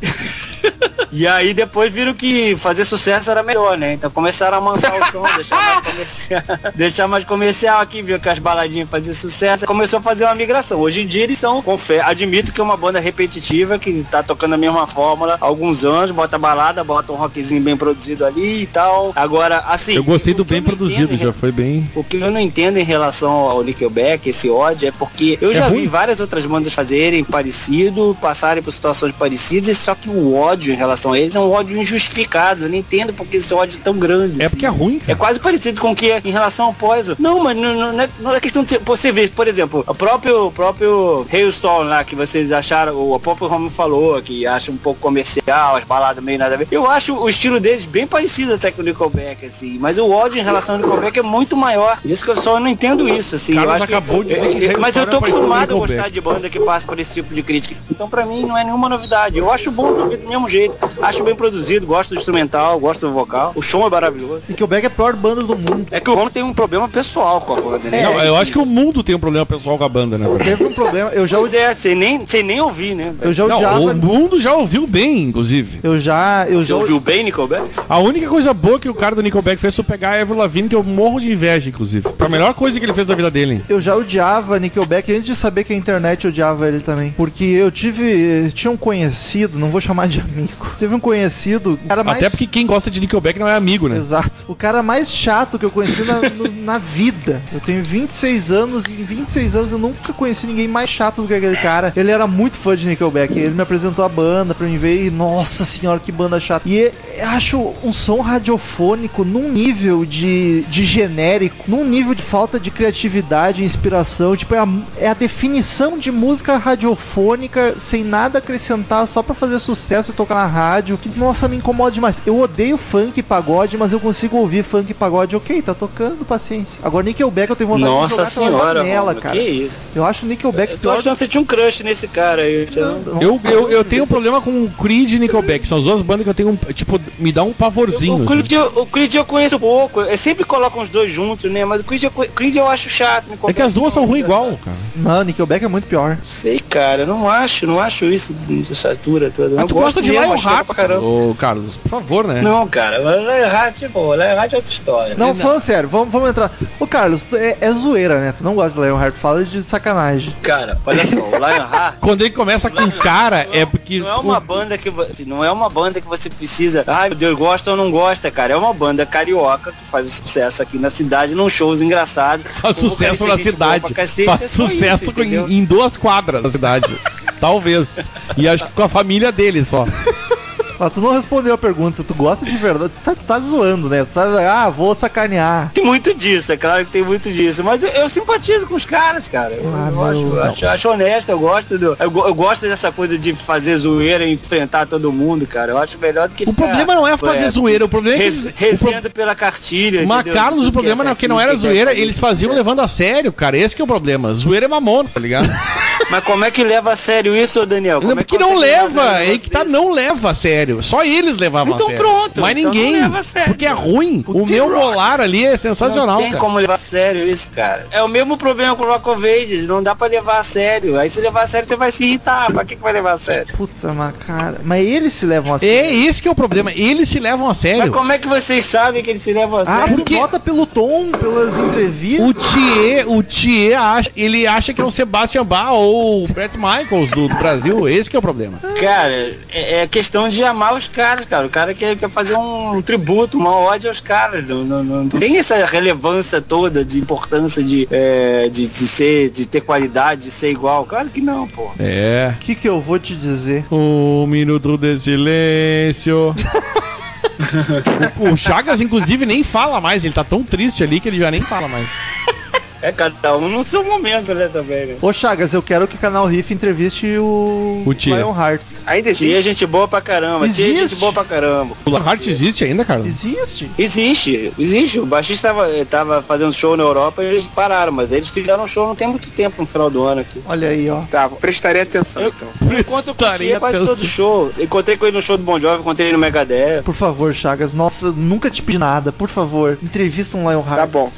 Speaker 3: E aí depois viram que fazer sucesso era melhor, né? Então começaram a amansar o som, deixar mais comercial, [LAUGHS] deixar mais comercial aqui, viu que as baladinhas faziam sucesso. Começou a fazer uma migração. Hoje em dia eles são, confere, admito que é uma banda repetitiva, que tá tocando a mesma fórmula há alguns anos, bota balada, bota um rockzinho bem produzido ali e tal. Agora, assim.
Speaker 2: Eu gostei
Speaker 3: o
Speaker 2: do
Speaker 3: que
Speaker 2: bem
Speaker 3: eu não
Speaker 2: produzido,
Speaker 3: entendo né, em
Speaker 2: já foi bem.
Speaker 3: o que eu não entendo em relação ao Nickelback, esse ódio, é porque eu
Speaker 2: É
Speaker 3: já
Speaker 2: ruim.
Speaker 3: vi várias outras bandas fazerem parecido, passarem por situações parecidas, só que o ódio em relação a eles é um ódio injustificado. Eu não entendo porque esse ódio é tão grande.
Speaker 2: É
Speaker 3: assim.
Speaker 2: porque é ruim, cara.
Speaker 3: É quase parecido com o que é em relação ao Poison. Não, mas não, não- não é, não é questão de ser, você ver, por exemplo, o próprio, o próprio Hailstorm lá que vocês acharam, o próprio Romulo falou, que acha um pouco comercial, as baladas meio nada a ver. Eu acho o estilo deles bem parecido até com o Nickelback, assim, mas o ódio em relação ao Nickelback é muito maior. Isso que eu só não entendo isso, assim.
Speaker 2: Carlos
Speaker 3: eu acho que-
Speaker 2: acabou de dizer que
Speaker 3: eu- eu- Mas eu
Speaker 2: Hailstorm
Speaker 3: tô
Speaker 2: é parecido com
Speaker 3: acostumado a
Speaker 2: Nickelback.
Speaker 3: gostar de banda que passa por esse tipo de crítica. Então pra mim não é nenhuma novidade. Eu acho bom ouvir do mesmo jeito. Acho bem produzido, gosto do instrumental, gosto do vocal. O show é maravilhoso.
Speaker 1: Nickelback é a pior banda do mundo.
Speaker 3: É que o homem tem um problema pessoal com a banda, né?
Speaker 2: Não,
Speaker 3: É,
Speaker 2: eu acho que o mundo tem um problema pessoal com a banda, né? velho?
Speaker 1: Teve um problema, eu já,
Speaker 3: Pois
Speaker 1: odi-
Speaker 3: é, sem nem, sem nem ouvir, né?
Speaker 1: eu já
Speaker 2: Não,
Speaker 1: odiava.
Speaker 2: o mundo já ouviu bem, inclusive.
Speaker 1: Eu já. Eu
Speaker 3: Você
Speaker 1: já
Speaker 3: ouviu bem, Nickelback?
Speaker 2: A única coisa boa que o cara do Nickelback fez foi pegar a Avril Lavigne, que eu morro de inveja, inclusive. Foi a melhor coisa que ele fez da vida dele.
Speaker 1: Eu já odiava Nickelback antes de saber que eh, a internet odiava ele também. Porque eu tive. Tinha um conhecido, não vou chamar de amigo. teve um conhecido. o Cara mais...
Speaker 2: Até porque quem gosta de Nickelback não é amigo, né?
Speaker 1: Exato. O cara mais chato que eu conheci na, no- na vida. Eu tenho 26 anos e em 26 anos eu nunca conheci ninguém mais chato do que aquele cara. Ele era muito fã de Nickelback. Ele me apresentou a banda pra mim ver e, nossa senhora, que banda chata. E eu acho um som radiofônico num nível de, de genérico, num nível de falta de criatividade, inspiração. Tipo, é a, é a definição de música radiofônica sem nada acrescentar, só pra fazer sucesso e tocar na rádio. Que, nossa, me incomoda demais. Eu odeio funk e pagode, mas eu consigo ouvir funk e pagode. Ok, tá tocando, paciência. Agora, Nickelback, eu tenho vontade
Speaker 3: Nossa
Speaker 1: de jogar pela
Speaker 3: senhora,
Speaker 1: janela,
Speaker 3: mano,
Speaker 1: cara.
Speaker 3: que isso.
Speaker 1: Eu acho Nickelback
Speaker 3: Eu tô
Speaker 1: pior
Speaker 3: achando que você tinha um crush nesse cara aí.
Speaker 1: Não, não.
Speaker 2: Eu, eu, eu tenho um problema com o Creed e Nickelback. São as duas bandas que eu tenho, um- tipo, me dá um
Speaker 3: O
Speaker 2: pavorzinho. assim.
Speaker 3: Creed, eu- o Creed eu conheço pouco, eu sempre colocam os dois juntos, né? Mas o Creed eu, co- Creed eu acho chato. me
Speaker 2: É que as duas são ruins igual, cara.
Speaker 1: Não, Nickelback é muito pior.
Speaker 3: Sei, cara, eu não acho, não acho isso de satura toda.
Speaker 2: Mas
Speaker 3: Não
Speaker 2: Ah, tu gosta de
Speaker 3: mesmo, acho legal
Speaker 2: Lionheart,
Speaker 3: pra caramba.
Speaker 2: Ô, Carlos, por favor, né?
Speaker 3: Não, cara, mas Lionheart, pô, Lionheart é outra história.
Speaker 1: Não, falando sério, vamos, vamos entrar. Ô, Carlos, tu- é, é zoeira, né? Tu não gosta de Lionheart, fala de sacanagem.
Speaker 3: Cara, olha só, o Lionheart
Speaker 2: Quando ele começa com cara, é porque.
Speaker 3: Não é uma banda que vo- não é uma banda que você precisa. Ai, meu Deus, gosta ou não gosta, cara. É uma banda carioca que faz sucesso aqui na cidade, num shows engraçados.
Speaker 2: Faz
Speaker 3: Com
Speaker 2: sucesso
Speaker 3: vocalista
Speaker 2: na
Speaker 3: gente boa
Speaker 2: cidade.
Speaker 3: pra cacete, é
Speaker 2: Faz
Speaker 3: só
Speaker 2: sucesso
Speaker 3: isso,
Speaker 2: com-
Speaker 3: entendeu?
Speaker 2: em, em duas quadras da
Speaker 3: [LAUGHS]
Speaker 2: cidade. Talvez. E acho que com a família dele só.
Speaker 1: Mas tu não respondeu a pergunta, tu gosta de verdade. Tu tá, tu tá zoando, né? Tu tá, ah, vou sacanear.
Speaker 3: Tem muito disso, é claro que tem muito disso. Mas eu, eu simpatizo com os caras, cara. Eu,
Speaker 1: Ah,
Speaker 3: eu
Speaker 1: meu
Speaker 3: acho, eu acho, acho honesto, eu gosto do. Eu, go- eu gosto dessa coisa de fazer zoeira e enfrentar todo mundo, cara. Eu acho melhor do que tipo,
Speaker 2: O problema não é fazer zoeira, o problema é
Speaker 3: Res,
Speaker 2: que. o pro-
Speaker 3: resenhando pela cartilha.
Speaker 2: Mas,
Speaker 3: entendeu?
Speaker 2: Carlos, o
Speaker 3: Quem
Speaker 2: problema
Speaker 3: é
Speaker 2: não é que não era
Speaker 3: certinho, quem é
Speaker 2: zoeira,
Speaker 3: certinho.
Speaker 2: eles faziam levando a sério, cara. Esse que é o problema. Zoeira é mamona, tá ligado?
Speaker 3: Mas como é que leva a sério isso, ô Daniel? Como
Speaker 2: Não,
Speaker 3: é
Speaker 2: porque não
Speaker 3: consegue fazer um
Speaker 2: leva, é
Speaker 3: negócio
Speaker 2: que tá,
Speaker 3: desse?
Speaker 2: não leva a sério. Só eles levavam
Speaker 3: Então
Speaker 2: a sério.
Speaker 3: pronto,
Speaker 2: Mas
Speaker 3: então
Speaker 2: ninguém.
Speaker 3: não leva a sério.
Speaker 2: porque é ruim. O, meu molar ali é sensacional.
Speaker 3: Não tem
Speaker 2: cara.
Speaker 3: como levar a sério isso, cara. É o mesmo problema com o Rock of Ages, não dá pra levar a sério. Aí se levar a sério, você vai se irritar. Pra que, que vai levar a sério?
Speaker 1: Puta, mas cara. Mas eles se levam assim.
Speaker 2: É esse que é o problema. Eles se levam a
Speaker 3: Mas
Speaker 2: sério.
Speaker 3: como é que vocês sabem que eles se levam a
Speaker 1: Ah,
Speaker 3: sério?
Speaker 1: porque...
Speaker 2: porque-
Speaker 1: nota pelo tom, pelas entrevistas.
Speaker 2: O Thier, o Thier acha, ele acha que é o Sebastian Bach ou o Brett Michaels do, do Brasil. Esse que é o problema.
Speaker 3: Cara, é, é questão de amar os caras, cara. O cara quer, quer fazer um tributo, uma ódio aos caras. Não, não- não- não tem essa relevância toda de importância de, é, de, de ser, de ter qualidade, de ser igual. Claro que não, pô.
Speaker 2: É.
Speaker 1: O que, que eu vou te dizer?
Speaker 2: Um minuto de silêncio. [LAUGHS] o, o Chagas, inclusive, nem fala mais. Ele tá tão triste ali que ele já nem fala mais.
Speaker 3: É cada um no seu momento, né, também, né?
Speaker 1: Ô, Chagas, eu quero que o canal Riff entreviste o.
Speaker 2: O Tia.
Speaker 1: Lionheart.
Speaker 4: Ainda assim,
Speaker 3: Tia é
Speaker 4: existe.
Speaker 3: gente boa pra caramba, tia é
Speaker 1: Existe?
Speaker 3: gente boa pra caramba.
Speaker 2: O Hart existe ainda, cara?
Speaker 1: Existe?
Speaker 3: Existe, existe. O baixista tava, eh, tava fazendo show na Europa e eles pararam, mas eles fizeram show não tem muito tempo no final do ano aqui.
Speaker 1: Olha aí, ó.
Speaker 4: Tá, prestarei atenção
Speaker 3: Eu-
Speaker 4: então.
Speaker 3: Por enquanto eu
Speaker 2: Prestaria
Speaker 3: curti quase
Speaker 2: atenção.
Speaker 3: todo show. Encontrei com ele no show do Bon Jovi, encontrei ele no Megadeth.
Speaker 1: Por favor, Chagas. Nossa, nunca te pedi nada. Por favor, entrevista um Lionheart.
Speaker 4: Tá bom.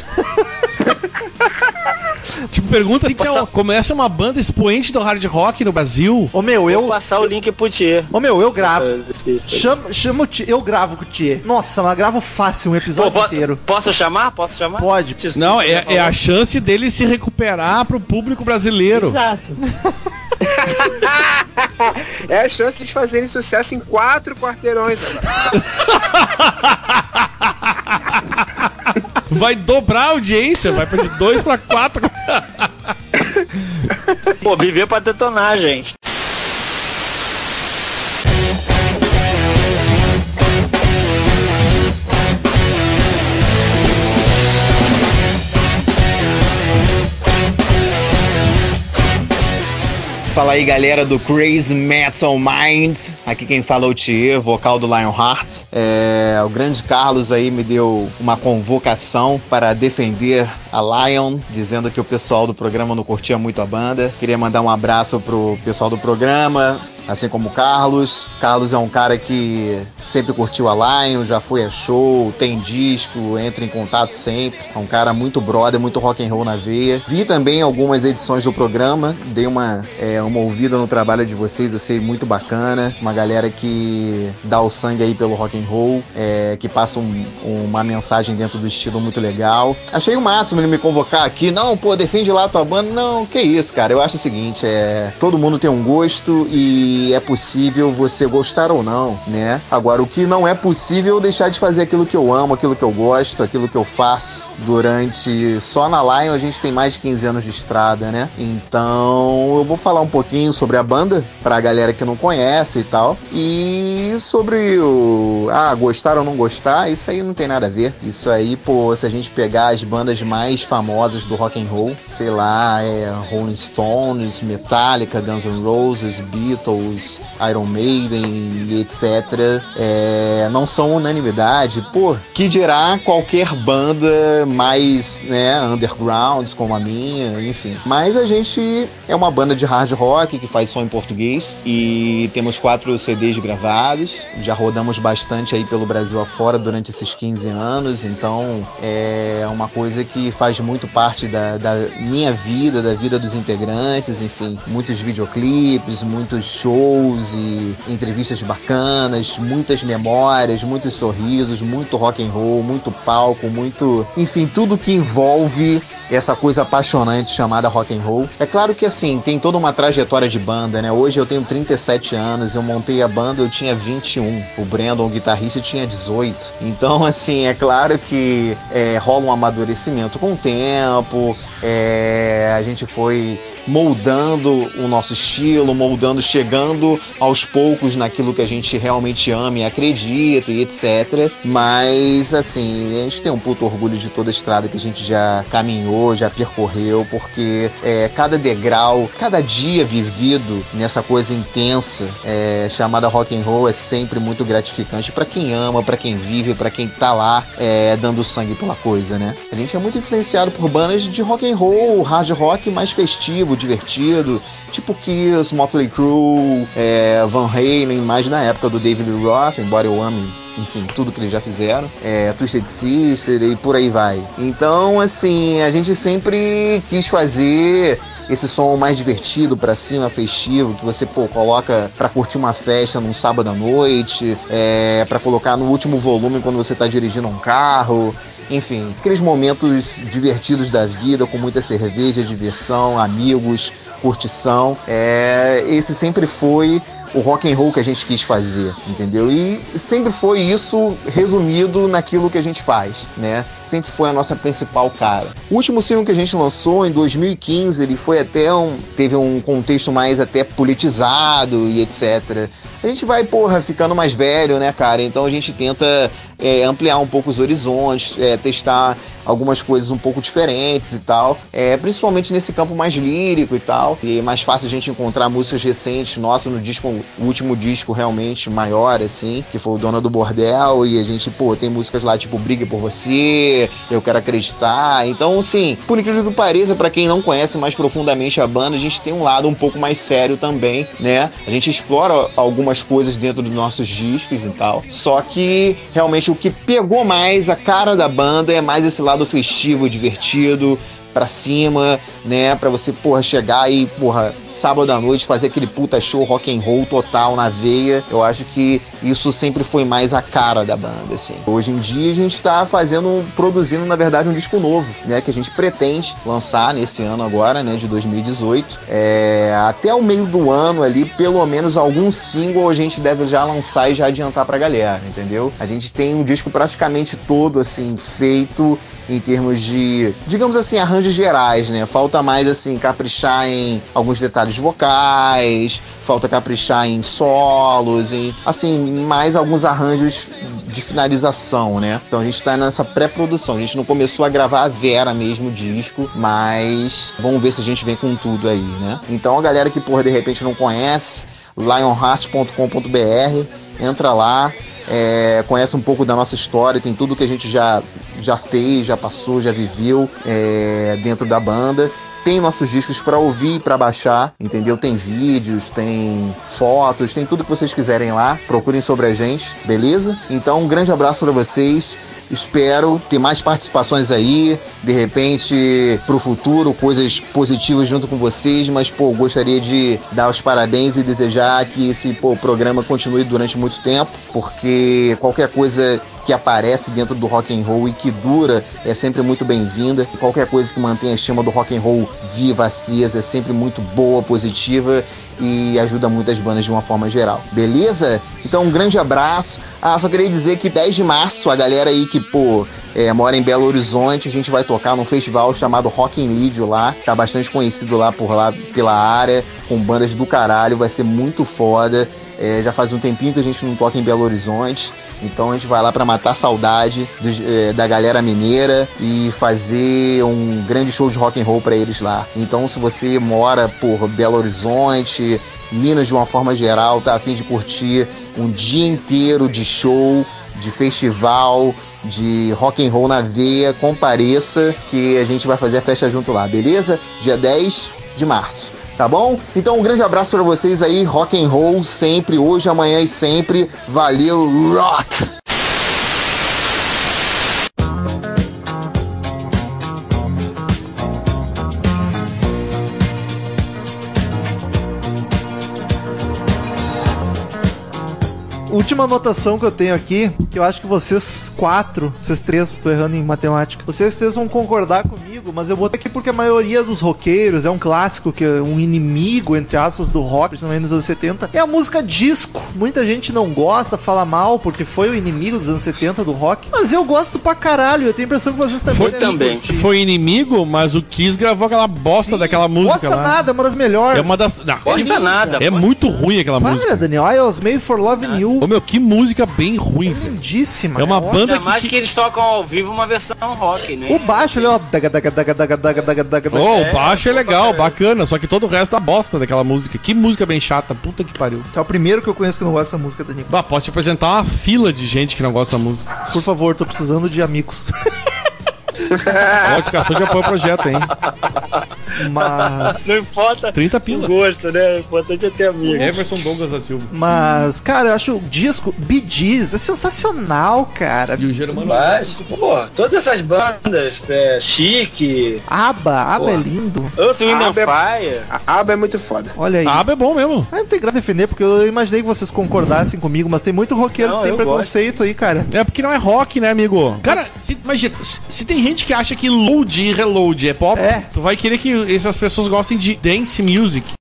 Speaker 2: Tipo, pergunta se é uma- começa uma banda expoente do hard rock no Brasil.
Speaker 1: Ô, meu,
Speaker 3: Eu vou
Speaker 1: eu.
Speaker 3: passar o link pro Tia.
Speaker 1: Ô, meu, eu gravo.
Speaker 3: Eh, desse-
Speaker 1: Chama, chama o Tia. Eu gravo com o Tia. Nossa, mas gravo fácil um
Speaker 3: Pô,
Speaker 1: episódio
Speaker 3: po-
Speaker 1: inteiro.
Speaker 3: posso chamar? Posso chamar?
Speaker 1: Pode.
Speaker 3: Isso,
Speaker 2: Não,
Speaker 3: isso,
Speaker 2: é,
Speaker 3: por
Speaker 2: é a
Speaker 3: favor.
Speaker 2: chance dele se recuperar pro público brasileiro.
Speaker 3: Exato.
Speaker 4: É a chance de fazerem sucesso em quatro quarteirões agora.
Speaker 2: Vai dobrar a audiência, vai pra de 2 pra [LAUGHS] 4.
Speaker 3: Pô, viver pra detonar, gente.
Speaker 9: Fala aí galera do Crazy Metal Mind, aqui quem fala é o Thier, vocal do Lionheart. É, o grande Carlos aí me deu uma convocação para defender a Lion, dizendo que o pessoal do programa não curtia muito a banda. Queria mandar um abraço pro pessoal do programa, assim como o Carlos. Carlos é um cara que sempre curtiu a Lion, já foi a show, tem disco, entra em contato sempre. É um cara muito brother, muito rock and roll na veia. Vi também algumas edições do programa, dei uma, é, uma ouvida no trabalho de vocês, achei muito bacana. Uma galera que dá o sangue aí pelo rock and roll, é, que passa um- uma mensagem dentro do estilo muito legal. Achei o máximo ele me convocar aqui. Não, pô, defende lá a tua banda. Não, que isso, cara. Eu acho o seguinte, é, todo mundo tem um gosto e que é possível você gostar ou não, né? Agora, o que não é possível é deixar de fazer aquilo que eu amo, aquilo que eu gosto, aquilo que eu faço durante. Só na Lion a gente tem mais de 15 anos de estrada, né? Então eu vou falar um pouquinho sobre a banda, pra galera que não conhece e tal. E sobre o. Ah, gostar ou não gostar, isso aí não tem nada a ver. Isso aí, pô, se a gente pegar as bandas mais famosas do rock and roll, sei lá, é Rolling Stones, Metallica, Guns N' Roses, Beatles, Iron Maiden, etc. é, não são unanimidade, pô, que dirá qualquer banda mais, né, underground, como a minha, enfim. Mas a gente é uma banda de hard rock que faz som em português e temos quatro CDs gravados. Já rodamos bastante aí pelo Brasil afora durante esses 15 anos, então é uma coisa que faz muito parte da, da minha vida, da vida dos integrantes, enfim, muitos videoclipes, muitos shows e entrevistas bacanas, muitas memórias, muitos sorrisos, muito rock and roll, muito palco, muito, enfim, tudo que envolve essa coisa apaixonante chamada rock and roll. É claro que assim, tem toda uma trajetória de banda, né? Hoje eu tenho 37 anos, eu montei a banda, eu tinha 21. O Brandon, o guitarrista, tinha 18. Então, assim, é claro que é, rola um amadurecimento com o tempo. é, a gente foi moldando o nosso estilo, moldando, chegando aos poucos naquilo que a gente realmente ama e acredita e etc. Mas assim, a gente tem um puto orgulho de toda a estrada que a gente já caminhou, já percorreu, porque é, cada degrau, cada dia vivido nessa coisa intensa é, chamada rock and roll é sempre muito gratificante para quem ama, para quem vive, para quem tá lá é, dando sangue pela coisa, né? A gente é muito influenciado por bandas de rock and roll, hard rock mais festivo, divertido, tipo Kiss, Motley Crue, é, Van Halen, mais na época do David Lee Roth, embora eu ame, enfim, tudo que eles já fizeram, é, Twisted Sister e por aí vai. Então, assim, a gente sempre quis fazer esse som mais divertido pra cima, festivo, que você pô, coloca pra curtir uma festa num sábado à noite, é, para colocar no último volume quando você tá dirigindo um carro, enfim, aqueles momentos divertidos da vida, com muita cerveja, diversão, amigos, curtição. É, esse sempre foi o rock and roll que a gente quis fazer, entendeu? E sempre foi isso resumido naquilo que a gente faz, né? Sempre foi a nossa principal cara. O último single que a gente lançou em 2015, ele foi até um teve um contexto mais até politizado e etc. A gente vai, porra, ficando mais velho, né, cara? Então a gente tenta é, ampliar um pouco os horizontes, é, testar algumas coisas um pouco diferentes e tal. É, principalmente nesse campo mais lírico e tal. E é mais fácil a gente encontrar músicas recentes nossas no disco, o último disco realmente maior, assim, que foi o Dona do Bordel. E a gente, pô, tem músicas lá tipo Brigue por Você, Eu Quero Acreditar. Então, assim, por incrível que pareça, pra quem não conhece mais profundamente a banda, a gente tem um lado um pouco mais sério também, né? A gente explora algumas coisas dentro dos nossos discos e tal. Só que realmente o que pegou mais a cara da banda é mais esse lado festivo, divertido, pra cima, né? Pra você, porra, chegar e, porra, sábado à noite fazer aquele puta show rock and roll total na veia. Eu acho que isso sempre foi mais a cara da banda, assim. Hoje em dia a gente tá fazendo, produzindo, na verdade, um disco novo, né? Que a gente pretende lançar nesse ano agora, né? De 2018. É, até o meio do ano ali, pelo menos algum single a gente deve já lançar e já adiantar pra galera, entendeu? A gente tem um disco praticamente todo, assim, feito em termos de, digamos assim, arranjos gerais, né? Falta mais, assim, caprichar em alguns detalhes vocais, falta caprichar em solos, em, assim, mais alguns arranjos de finalização, né? Então a gente tá nessa pré-produção. A gente não começou a gravar a Vera mesmo o disco, mas vamos ver se a gente vem com tudo aí, né? Então a galera que, porra, de repente não conhece, lionheart.com.br, entra lá, é, conhece um pouco da nossa história, tem tudo que a gente já, já fez, já passou, já viveu é, dentro da banda. Tem nossos discos para ouvir, para baixar, entendeu? Tem vídeos, tem fotos, tem tudo que vocês quiserem lá. Procurem sobre a gente, beleza? Então, um grande abraço para vocês. Espero ter mais participações aí, de repente pro futuro, coisas positivas junto com vocês, mas pô, gostaria de dar os parabéns e desejar que esse pô, programa continue durante muito tempo, porque qualquer coisa que aparece dentro do rock and roll e que dura é sempre muito bem-vinda. E Qualquer coisa que mantenha a estima do rock and roll viva, acesa, é sempre muito boa, positiva e ajuda muito as bandas de uma forma geral. Beleza? Então um grande abraço. Ah, só queria dizer que 10 de março, a galera aí que, pô, é, mora em Belo Horizonte, a gente vai tocar num festival chamado Rock in Lídio lá. Tá bastante conhecido lá por lá pela área, com bandas do caralho, vai ser muito foda. É, já faz um tempinho que a gente não toca em Belo Horizonte, então a gente vai lá pra matar a saudade dos- é, da galera mineira e fazer um grande show de rock and roll pra eles lá. Então, se você mora por Belo Horizonte, Minas de uma forma geral, tá a fim de curtir um dia inteiro de show, de festival, de rock and roll na veia, compareça que a gente vai fazer a festa junto lá, beleza? Dia 10 de março. Tá bom? Então um grande abraço pra vocês aí, rock and roll sempre, hoje, amanhã e sempre. Valeu, rock!
Speaker 1: Última anotação que eu tenho aqui, que eu acho que vocês quatro, vocês três, tô errando em matemática, vocês três vão concordar comigo, mas eu botei aqui porque a maioria dos roqueiros é um clássico, que é um inimigo, entre aspas, do rock, principalmente nos anos 70, é a música disco. Muita gente não gosta, fala mal, porque foi o inimigo dos anos 70 do rock, mas eu gosto pra caralho, eu tenho a impressão que vocês também
Speaker 2: Foi
Speaker 1: devem
Speaker 3: também.
Speaker 1: curtir.
Speaker 2: Foi inimigo, mas o Kiss gravou aquela bosta
Speaker 1: Sim,
Speaker 2: daquela música
Speaker 1: Gosta
Speaker 2: lá.
Speaker 1: nada, é uma das melhores.
Speaker 2: É uma das. Não,
Speaker 3: Gosta nada.
Speaker 2: é muito ruim aquela música.
Speaker 1: Para, Daniel, I was made for loving you.
Speaker 2: Ô meu, que música bem ruim,
Speaker 1: É
Speaker 2: velho.
Speaker 1: Lindíssima.
Speaker 2: É uma
Speaker 1: cara.
Speaker 2: banda
Speaker 3: Ainda mais que eles tocam ao vivo uma versão rock, né?
Speaker 1: O baixo ali, ó. Daga, daga, daga, daga, daga, daga, daga, daga.
Speaker 2: Oh,
Speaker 3: É,
Speaker 2: o baixo é
Speaker 3: bom pra
Speaker 2: legal,
Speaker 3: caralho.
Speaker 2: bacana, só que todo o resto é uma bosta daquela música. Que música bem chata, puta que pariu.
Speaker 1: É o primeiro que eu conheço que não gosta dessa música, Daniel.
Speaker 2: Bah, posso te apresentar uma fila de gente que não gosta da [LAUGHS] música.
Speaker 1: Por favor, tô precisando de amigos.
Speaker 2: Modificação de apoio ao projeto, hein?
Speaker 1: Mas.
Speaker 3: Não importa
Speaker 2: 30
Speaker 3: o
Speaker 2: pila.
Speaker 3: gosto, né? O importante é ter amigo.
Speaker 2: Everson Douglas da Silva.
Speaker 1: Mas, cara, eu acho o disco BG's é sensacional, cara.
Speaker 2: E o Germano.
Speaker 3: Mas, pô, todas essas bandas, é, Chique,
Speaker 1: Aba, aba é
Speaker 3: Porra.
Speaker 1: lindo.
Speaker 3: Earth, Wind and
Speaker 4: Ah, Be-
Speaker 3: Fire,
Speaker 4: A aba é muito foda.
Speaker 1: Olha aí.
Speaker 2: Ah, é bom mesmo.
Speaker 1: Ah, não tem graça defender, porque eu imaginei que vocês concordassem comigo, mas tem muito roqueiro
Speaker 3: Não,
Speaker 1: que tem
Speaker 3: eu
Speaker 1: preconceito aí, cara.
Speaker 2: É porque não é rock, né, amigo? Cara, se, imagina, se, se tem gente que acha que load e reload é pop,
Speaker 1: É.
Speaker 2: tu vai querer que essas pessoas gostem de dance music.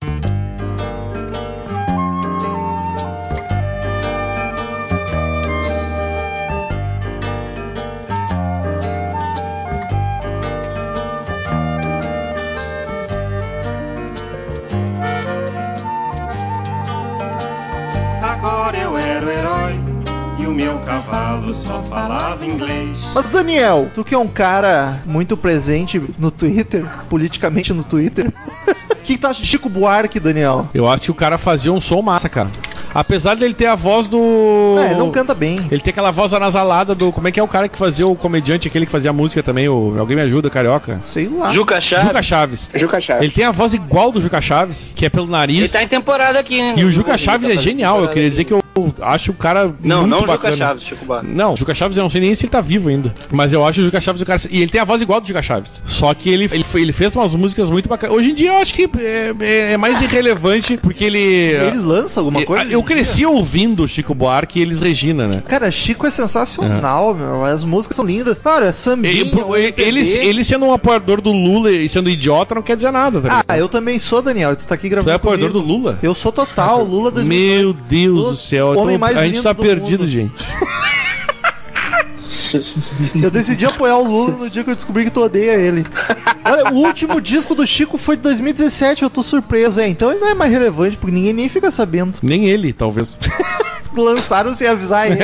Speaker 7: Agora eu era o herói e o meu cavalo só falava inglês.
Speaker 1: Mas, Daniel, tu que é um cara muito presente no Twitter, politicamente no Twitter, [LAUGHS] o que, que tu acha de Chico Buarque, Daniel?
Speaker 2: Eu acho que o cara fazia um som massa, cara. Apesar dele ter a voz do.
Speaker 1: É, não canta bem.
Speaker 2: Ele tem aquela voz anasalada do. Como é que é o cara que fazia o comediante, aquele que fazia a música também? O... Alguém me ajuda, carioca?
Speaker 1: Sei lá.
Speaker 3: Juca Chaves.
Speaker 2: Juca Chaves.
Speaker 4: Juca Chaves.
Speaker 2: Ele tem a voz igual do Juca Chaves, que é pelo
Speaker 3: Ele
Speaker 2: nariz.
Speaker 3: tá em temporada aqui, né?
Speaker 2: E o Juca Chaves é genial. Eu queria dizer que eu acho o cara.
Speaker 3: Não,
Speaker 2: muito
Speaker 3: não o Juca
Speaker 2: bacana.
Speaker 3: Chaves, Chico Buarque.
Speaker 2: Não, o Juca Chaves eu não sei nem se ele tá vivo ainda. Mas eu acho o Juca Chaves o cara. E ele tem a voz igual do Juca Chaves. Só que ele, ele, foi- ele fez umas músicas muito bacanas. Hoje em dia eu acho que é, é- é mais irrelevante, porque ele.
Speaker 1: Ele lança alguma
Speaker 2: Eu-
Speaker 1: coisa?
Speaker 2: ah, Eu cresci ouvindo Chico Buarque e eles Regina, né?
Speaker 1: Cara, Chico é sensacional, meu. As músicas são lindas. Claro, é sambinha.
Speaker 2: E- por-
Speaker 1: é um
Speaker 2: ele,
Speaker 1: MPB.
Speaker 2: ele sendo um apoiador do Lula e sendo idiota não quer dizer nada, tá ligado?
Speaker 1: Ah, eu também sou, Daniel. Tu tá aqui
Speaker 2: Tu
Speaker 1: gravando
Speaker 2: é apoiador do
Speaker 1: comigo.
Speaker 2: Lula?
Speaker 1: Eu sou total, Lula 2000.
Speaker 2: Meu Deus
Speaker 1: Lula-
Speaker 2: do céu,
Speaker 1: homem
Speaker 2: então
Speaker 1: mais
Speaker 2: a gente
Speaker 1: lindo
Speaker 2: tá
Speaker 1: do
Speaker 2: perdido,
Speaker 1: mundo.
Speaker 2: gente.
Speaker 1: Eu decidi apoiar o Lula no dia que eu descobri que tu odeia ele. Olha, o
Speaker 2: [LAUGHS]
Speaker 1: último disco do Chico foi de 2017, eu tô surpreso, é. Então ele não é mais relevante, porque ninguém nem fica sabendo.
Speaker 2: Nem ele, talvez.
Speaker 1: Lançaram sem avisar
Speaker 2: [LAUGHS]
Speaker 1: ele.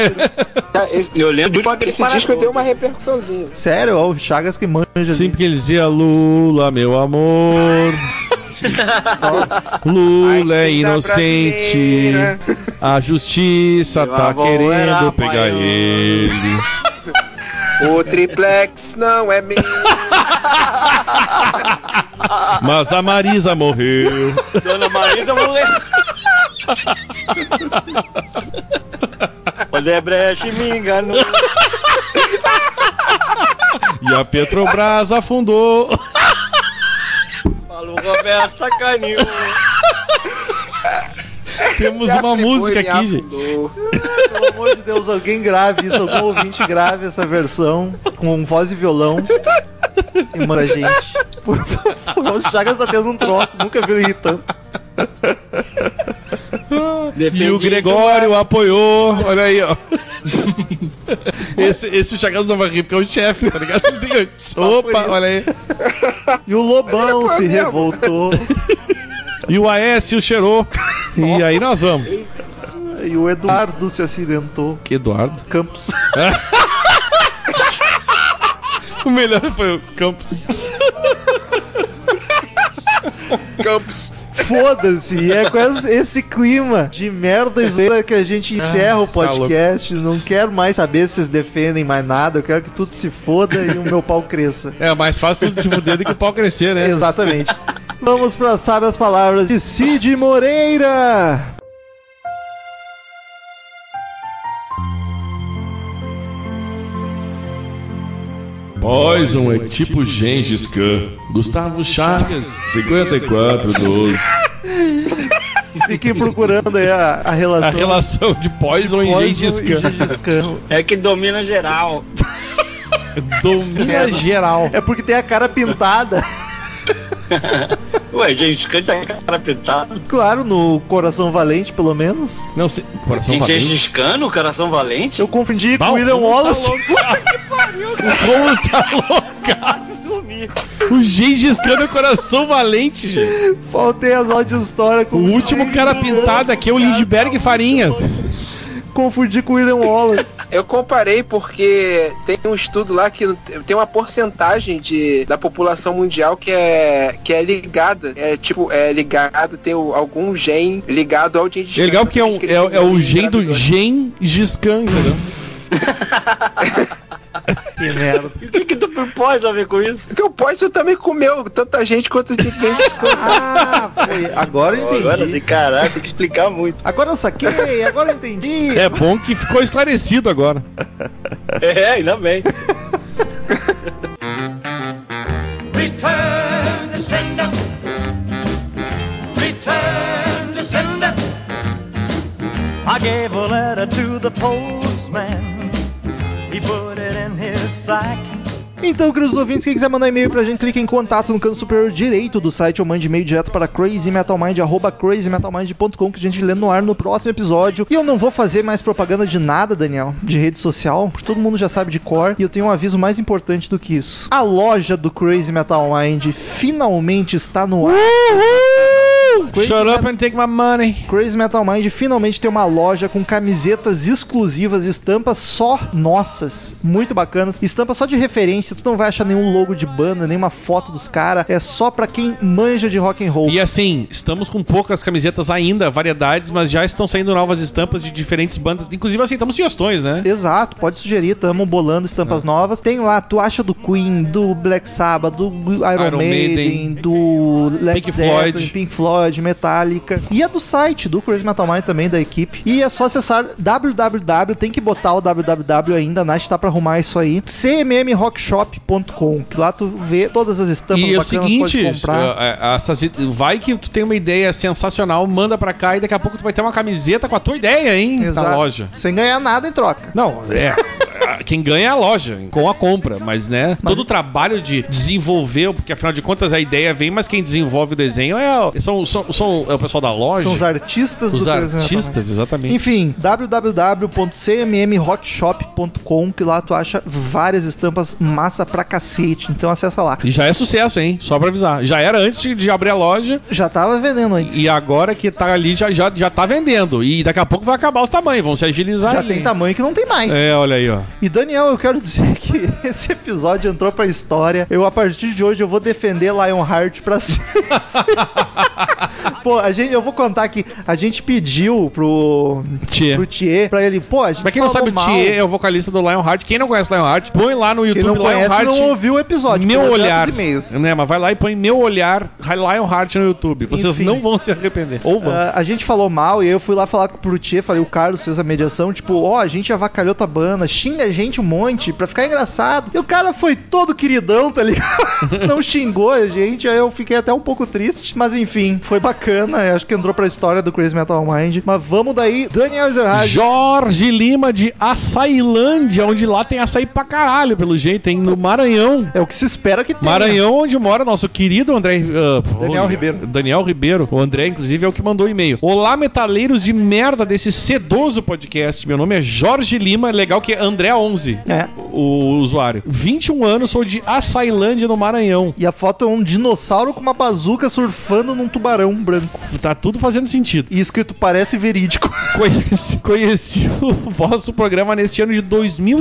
Speaker 2: tá-
Speaker 4: Ah, Esse,
Speaker 3: Eu lembro do
Speaker 4: esse
Speaker 3: último que ele
Speaker 4: disco
Speaker 3: parou.
Speaker 4: deu uma repercussãozinha.
Speaker 1: Sério, ó, o Chagas que manja ali.
Speaker 2: Sempre que ele dizia Lula, meu amor. Lula é inocente. A justiça
Speaker 3: Meu
Speaker 2: tá
Speaker 3: avô
Speaker 2: querendo
Speaker 3: era
Speaker 2: pegar
Speaker 3: baiano.
Speaker 2: ele.
Speaker 4: O triplex não é meu.
Speaker 2: Mas a Marisa morreu.
Speaker 3: Dona Marisa Moleque. O Debreche é me enganou.
Speaker 2: E a
Speaker 1: [LAUGHS]
Speaker 2: Petrobras afundou.
Speaker 3: Falou Roberto Sacaninho.
Speaker 2: Temos uma música aqui, gente.
Speaker 4: gente.
Speaker 1: amor de Deus, alguém grave isso, algum ouvinte grave essa versão com voz e violão. E manda a gente. Por favor, o Chagas tá tendo um troço, nunca viu ele tanto.
Speaker 2: E o
Speaker 3: Defendi
Speaker 2: Gregório apoiou. Olha aí, ó. Esse, esse Chagas não vai rir porque é o chefe, tá ligado? Não tem-
Speaker 1: Só por
Speaker 2: Opa,
Speaker 1: isso.
Speaker 2: olha aí.
Speaker 1: E o Lobão se
Speaker 4: mesmo.
Speaker 1: revoltou.
Speaker 2: E o AS o cheirou. E aí nós vamos.
Speaker 1: E o Eduardo se acidentou.
Speaker 2: Eduardo.
Speaker 1: Campos.
Speaker 2: O melhor foi o Campos.
Speaker 9: Campos.
Speaker 1: Foda-se. E é com es- esse clima de merda e zoeira que a gente encerra o podcast. Não quero mais saber se vocês defendem mais nada. Eu quero que tudo se foda e o meu pau cresça.
Speaker 2: É mais fácil tudo se fuder do que o pau crescer, né?
Speaker 1: Exatamente. Vamos para sábias palavras de Cid Moreira.
Speaker 2: Poison é tipo Gengis Khan. Gustavo Chagas, 5412.
Speaker 1: Fiquem procurando aí a, a relação.
Speaker 2: A relação de Poison,
Speaker 1: Poison
Speaker 2: e Gengis
Speaker 1: e
Speaker 2: Khan.
Speaker 1: Gengis Khan.
Speaker 2: [LAUGHS]
Speaker 3: É que domina geral.
Speaker 2: Domina geral.
Speaker 1: É porque tem a cara pintada.
Speaker 3: Ué, gente, canta é cara pintado.
Speaker 1: Claro, no Coração Valente, pelo menos.
Speaker 2: Não, se... coração
Speaker 3: Tem
Speaker 2: valente.
Speaker 3: gente cano, coração valente?
Speaker 1: Eu confundi com
Speaker 2: Bah,
Speaker 1: o William
Speaker 2: como tá
Speaker 1: Wallace.
Speaker 2: O Gengis Khan é o coração valente, gente.
Speaker 1: Faltei as aulas de história com
Speaker 2: O último cara pintado aqui é o Lindbergh Farinhas.
Speaker 1: Confundi com o William Wallace.
Speaker 4: Eu comparei porque tem um estudo lá que tem uma porcentagem de, da população mundial que é, que é ligada. É tipo, é ligado, tem o- algum gene ligado ao Gengis
Speaker 2: É legal porque é, um- é- é o gen do
Speaker 4: Gengis.
Speaker 2: Gengis Khan, entendeu?
Speaker 1: que merda.
Speaker 3: E o que que tu pode a ver com isso?
Speaker 4: Porque o Poison também comeu tanta gente quanto o Gengis Khan.
Speaker 1: Ah, foi. Agora eu
Speaker 3: Agora
Speaker 1: entendi.
Speaker 3: assim, caraca, tem que explicar muito. [LAUGHS]
Speaker 1: Agora eu saquei, agora eu entendi.
Speaker 2: É bom que ficou esclarecido agora.
Speaker 3: É, ainda bem.
Speaker 5: Return to sender. Return to sender. I gave a letter to the postman. He put it in his sack.
Speaker 1: Então, queridos ouvintes, quem quiser mandar e-mail pra gente, clica em contato no canto superior direito do site ou mande e-mail direto para crazymetalmind, arroba crazymetalmind.com que a gente lê no ar no próximo episódio. E eu não vou fazer mais propaganda de nada, Daniel, de rede social, porque todo mundo já sabe de cor. E eu tenho um aviso mais importante do que isso. A loja do Crazy Metal Mind finalmente está no ar. Crazy
Speaker 2: Shut
Speaker 1: Metal-
Speaker 2: up and take my money.
Speaker 1: Crazy Metal Mind finalmente tem uma loja com camisetas exclusivas, estampas só nossas, muito bacanas, estampas só de referência, tu não vai achar nenhum logo de banda, nenhuma foto dos caras, é só pra quem manja de rock and roll.
Speaker 2: E assim, estamos com poucas camisetas ainda, variedades, mas já estão saindo novas estampas de diferentes bandas. Inclusive aceitamos sugestões, né?
Speaker 1: Exato, pode sugerir, tamo bolando
Speaker 2: Ah.
Speaker 1: estampas novas. Tem lá, tu acha do Queen, do Black Sabbath, do Iron,
Speaker 2: Iron
Speaker 1: Maiden,
Speaker 2: Maiden,
Speaker 1: do Led
Speaker 2: Pink
Speaker 1: Zeppelin,
Speaker 2: Floyd.
Speaker 1: Pink Floyd, Metallica. E é do site do Crazy Metal Mind também, da equipe. E é só acessar www, tem que botar o www ainda, a Nath tá pra arrumar isso aí. cmmrockshop.com, que lá tu vê todas as estampas
Speaker 2: E é o
Speaker 1: bacanas,
Speaker 2: seguinte,
Speaker 1: pode comprar.
Speaker 2: a- a- essas- vai que tu tem uma ideia sensacional, manda pra cá e daqui a pouco tu vai ter uma camiseta com a tua ideia, hein? é, Na loja.
Speaker 1: Sem ganhar nada em troca.
Speaker 2: Não, é. a- [LAUGHS] Quem ganha é a loja, com a compra, mas né? Todo o trabalho de desenvolver, porque afinal de contas a ideia vem, mas quem desenvolve o desenho é, o- são, são, são- é o pessoal da loja.
Speaker 1: São os artistas
Speaker 2: os
Speaker 1: do Crazy Metal Mind.
Speaker 2: artistas, exatamente.
Speaker 1: Enfim, www.cmmhotshop.com, que lá tu acha várias estampas massa pra cacete. Então acessa lá.
Speaker 2: E já é sucesso, hein? Só pra avisar. Já era antes de- de abrir a loja.
Speaker 1: Já tava vendendo antes.
Speaker 2: E agora que tá ali, já, já, já tá vendendo. E daqui a pouco vai acabar os tamanhos, vão se agilizar.
Speaker 1: Já
Speaker 2: ali,
Speaker 1: tem
Speaker 2: hein?
Speaker 1: tamanho que não tem mais.
Speaker 2: É, olha aí, ó.
Speaker 1: E Daniel, eu quero [LAUGHS] dizer que esse episódio entrou pra história. Eu, a partir de hoje, eu vou defender Lionheart pra [LAUGHS] sempre. Pô, a gente, eu vou contar que a gente pediu pro,
Speaker 2: Tchê.
Speaker 1: pro Thier, pra ele, pô, a gente
Speaker 2: Pra quem não
Speaker 1: falou
Speaker 2: sabe, o
Speaker 1: mal.
Speaker 2: Thier é o vocalista do Lionheart. Quem não conhece Lionheart, põe lá no
Speaker 1: Quem
Speaker 2: YouTube
Speaker 1: não conhece,
Speaker 2: Lionheart.
Speaker 1: não ouviu o episódio.
Speaker 2: Meu
Speaker 1: porque eu
Speaker 2: olhar.
Speaker 1: dei os E-mails.
Speaker 2: Né, mas vai lá e põe meu olhar Lionheart no YouTube. Vocês
Speaker 1: Enfim.
Speaker 2: não vão se arrepender. Ou vão.
Speaker 1: Ah, a gente falou mal e eu fui lá falar pro Tchê, falei, o Carlos fez a mediação, tipo, ó, a gente avacalhou tua banda, xinga a gente um monte pra ficar engraçado. E o cara foi todo
Speaker 2: [LAUGHS]
Speaker 1: queridão, tá ligado? Não xingou a gente, aí eu fiquei até um pouco triste, mas enfim, foi bacana, eu acho que entrou pra história do Crazy Metal Mind. Mas vamos daí, Daniel Ezerhard.
Speaker 2: Ah, Jorge Lima de Açailândia, onde lá tem açaí pra caralho, pelo jeito, hein? No Maranhão.
Speaker 1: É o que se espera que tenha.
Speaker 2: Maranhão, onde mora nosso querido André. ah,
Speaker 1: Daniel Ribeiro.
Speaker 2: Daniel Ribeiro. O André, inclusive, é o que mandou o e-mail. Olá, metaleiros de merda desse sedoso podcast. Meu nome é Jorge Lima. Legal que é André11,
Speaker 1: É.
Speaker 2: o usuário. 21 anos, sou de Açailândia, no Maranhão.
Speaker 1: E a foto é um dinossauro com uma bazuca surfando num tubarão branco.
Speaker 2: Tá tudo fazendo sentido.
Speaker 1: E escrito parece verídico. [LAUGHS]
Speaker 2: Conheci, conheci [LAUGHS] o vosso programa neste ano de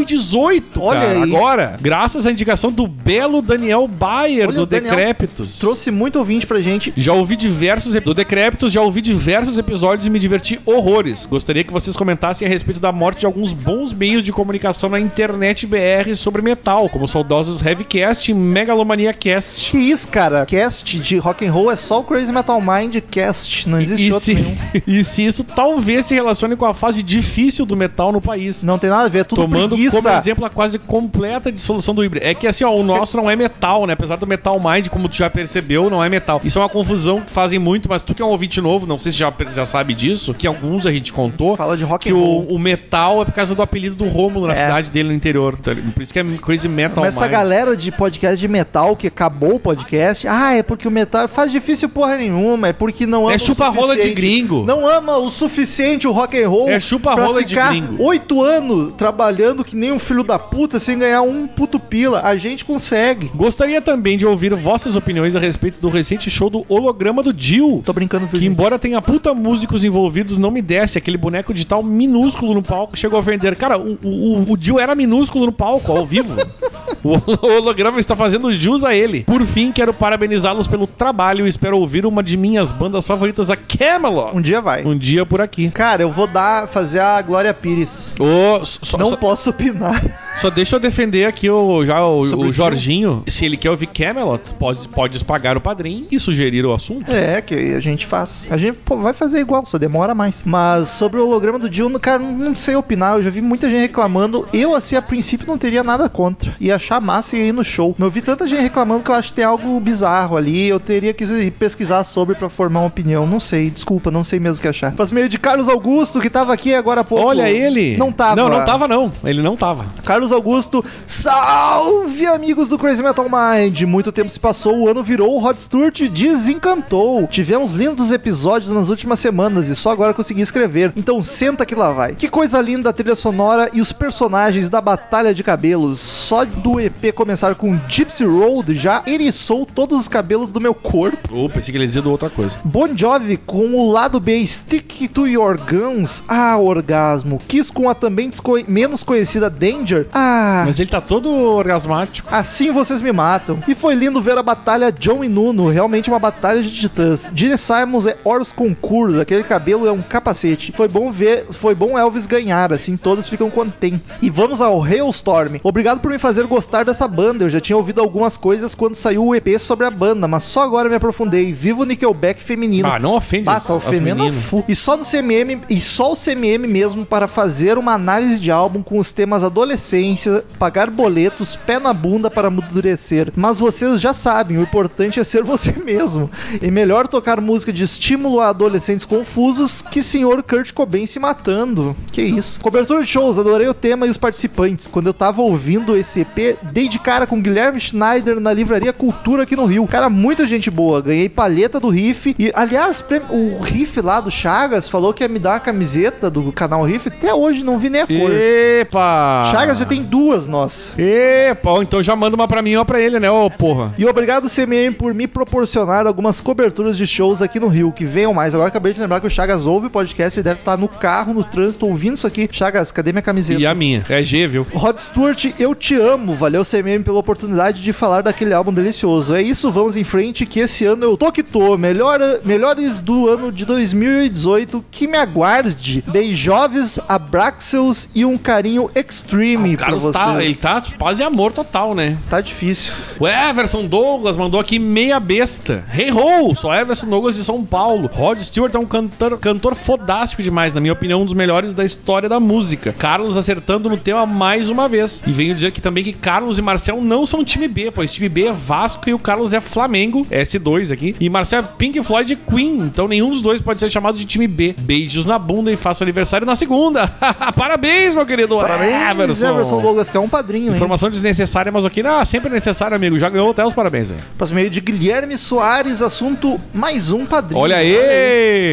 Speaker 2: 2018.
Speaker 1: Olha
Speaker 2: cara,
Speaker 1: aí.
Speaker 2: Agora, graças à indicação do belo Daniel Bayer,
Speaker 1: Olha,
Speaker 2: do
Speaker 1: o Daniel
Speaker 2: Decrépitos.
Speaker 1: Trouxe muito ouvinte pra gente.
Speaker 2: Já ouvi diversos ep- do Decrépitos, já ouvi diversos episódios e me diverti horrores. Gostaria que vocês comentassem a respeito da morte de alguns bons meios de comunicação na internet BR sobre metal, como saudosos Heavycast e Megalomania Cast.
Speaker 1: Que isso, cara? Cast de rock and roll é só o Crazy Metal Mind Cast. Não existe
Speaker 2: E
Speaker 1: outro
Speaker 2: se,
Speaker 1: nenhum.
Speaker 2: [LAUGHS] e se isso talvez se relacione com a fase difícil do metal no país.
Speaker 1: Não tem nada a ver, é tudo
Speaker 2: Tomando
Speaker 1: preguiça.
Speaker 2: como exemplo a quase completa dissolução do híbrido. É que assim, ó, o nosso não é metal, né? Apesar do Metal Mind, como tu já percebeu, não é metal. Isso é uma confusão que fazem muito, mas tu que é um ouvinte novo, não sei se já, já sabe disso, que alguns a gente contou.
Speaker 1: Fala de rock
Speaker 2: que
Speaker 1: and
Speaker 2: o,
Speaker 1: roll.
Speaker 2: o metal é por causa do apelido do Rômulo na
Speaker 1: É.
Speaker 2: cidade dele no interior. tá ligado? Por isso que é Crazy Metal
Speaker 1: Mas essa
Speaker 2: Mind.
Speaker 1: galera de podcast de metal que acabou o podcast, ah, é porque o metal faz difícil porra nenhuma, é porque não ama
Speaker 2: É chupa-rola de
Speaker 1: suficiente.
Speaker 2: gringo.
Speaker 1: Não ama o suficiente o rock and roll.
Speaker 2: É chupa-rola
Speaker 1: pra
Speaker 2: de
Speaker 1: ficar
Speaker 2: gringo.
Speaker 1: Oito anos trabalhando que nem um filho da puta sem ganhar um puto pila. A gente consegue.
Speaker 2: Gostaria também de ouvir vossas opiniões a respeito do recente show do holograma do Jill.
Speaker 1: Tô brincando,
Speaker 2: Que
Speaker 1: Virgínia.
Speaker 2: embora tenha puta músicos envolvidos, não me desse. Aquele boneco de tal minúsculo no palco chegou a vender. Cara, o, o, o- o Dio era minúsculo no palco, ao vivo. [LAUGHS] O holograma está fazendo jus a ele. Por fim, quero parabenizá-los pelo trabalho e espero ouvir uma de minhas bandas favoritas, a
Speaker 1: Um
Speaker 2: Camelot,
Speaker 1: dia vai.
Speaker 2: um dia por aqui.
Speaker 1: Cara, eu vou dar, fazer a Glória Pires.
Speaker 2: Ô, só,
Speaker 1: Não
Speaker 2: só-
Speaker 1: posso opinar.
Speaker 2: só deixa eu defender aqui o, já o,
Speaker 1: Sobre
Speaker 2: o
Speaker 1: o Dio.
Speaker 2: Jorginho. Se ele quer ouvir Camelot, pode, pode pagar o padrinho e sugerir o assunto.
Speaker 1: [LAUGHS] É, que a gente faz. A gente pô, vai fazer igual, só demora mais. Mas sobre o holograma do Dio, cara, não- não sei opinar. Eu já vi muita gente reclamando. Eu, assim, a princípio não teria nada contra. Ia achar massa e ir no show. Mas eu vi tanta gente reclamando que eu acho que tem algo bizarro ali. Eu teria que ir pesquisar sobre pra formar uma opinião. Não sei, desculpa, não sei mesmo o que achar. Mas meio de Carlos Augusto, que tava aqui agora há pouco.
Speaker 2: Olha ele!
Speaker 1: Não tava.
Speaker 2: Não, não tava, não. Ele não tava.
Speaker 1: Carlos Augusto, salve amigos do Crazy Metal Mind! Muito tempo se passou, o ano virou, o Rod Stewart desencantou. Tivemos lindos episódios nas últimas semanas e só agora consegui escrever. Então senta que lá vai. Que coisa linda a trilha sonora e os personagens da Batalha de Cabelos. Só do EP começar com Gypsy Road já eriçou todos os cabelos do meu corpo.
Speaker 2: Ô, pensei que ele dizia outra coisa.
Speaker 1: Bon Jovi com o lado B Stick to Your Guns, ah, orgasmo. Kiss com a também desco- menos conhecida Danger, ah,
Speaker 2: Mas ele tá todo orgasmático.
Speaker 1: Assim vocês me matam. E foi lindo ver a batalha John e Nuno, realmente uma batalha de titãs. Gene Simons é Horus Concurs, aquele cabelo é um capacete. Foi bom ver, foi bom Elvis ganhar, assim todos ficam contentes. E vamos ao Hailstorm. Obrigado por me fazer gostar dessa banda. Eu já tinha ouvido algumas coisas quando saiu o EP sobre a banda, mas só agora me aprofundei. Vivo Nickelback feminino.
Speaker 2: Ah, não ofende
Speaker 1: Ah,
Speaker 2: as-
Speaker 1: tá
Speaker 2: as
Speaker 1: ofendendo a
Speaker 2: meninas.
Speaker 1: fu. E só no CMM, e só o CMM mesmo para fazer uma análise de álbum com os temas adolescência, pagar boletos, pé na bunda para amadurecer. Mas vocês já sabem, o importante é ser você [LAUGHS] mesmo. E melhor tocar música de estímulo a adolescentes confusos que senhor Kurt Cobain se matando. Que isso. Cobertura de shows, adorei o tema e os participantes. Quando eu tava ouvindo esse EP, dei de cara com Guilherme Schneider na Livraria Cultura aqui no Rio. Cara, muita gente boa. Ganhei palheta do Riff. E, aliás, pre- o Riff lá do Chagas falou que ia me dar uma camiseta do canal Riff. Até hoje não vi nem a cor.
Speaker 2: Epa!
Speaker 1: Chagas já tem duas, nossa.
Speaker 2: Epa, ou então já manda uma pra mim e uma pra ele, né, ô porra.
Speaker 1: E obrigado, CMM, por me proporcionar algumas coberturas de shows aqui no Rio. Que venham mais. Agora acabei de lembrar que o Chagas ouve o podcast. Ele deve estar no carro, no trânsito, ouvindo isso aqui. Chagas, cadê minha camiseta?
Speaker 2: E a minha. É G, viu?
Speaker 1: Rod Stewart, eu te amo. Valeu, CMM, pela oportunidade de falar daquele álbum delicioso. É isso, vamos em frente, que esse ano eu tô que tô. Melhor, melhores do ano de 2018, que me aguarde. Beijoves, abraxels e um carinho extreme pra
Speaker 2: Carlos
Speaker 1: vocês.
Speaker 2: tá, ele tá quase amor total, né?
Speaker 1: Tá difícil.
Speaker 2: O Everson Douglas mandou aqui meia besta. Hey ho! Sou Everson Douglas de São Paulo. Rod Stewart é um cantor, cantor fodástico demais, na minha opinião, um dos melhores da história da música. Carlos acertando no tema mais uma vez. E venho dizer que também que Carlos e Marcel não são time B, pois time B é Vasco e o Carlos é Flamengo, S2 aqui. E Marcel é Pink Floyd e Queen, então nenhum dos dois pode ser chamado de time B. Beijos na bunda e faço aniversário na segunda. [LAUGHS] Parabéns, meu querido.
Speaker 1: Parabéns, Everson Douglas, que é um padrinho, hein?
Speaker 2: Informação desnecessária, mas ok. Ah, sempre necessário, amigo. Já ganhou até os parabéns, hein?
Speaker 1: Próximo meio de Guilherme Soares, assunto mais um padrinho.
Speaker 2: Olha aí!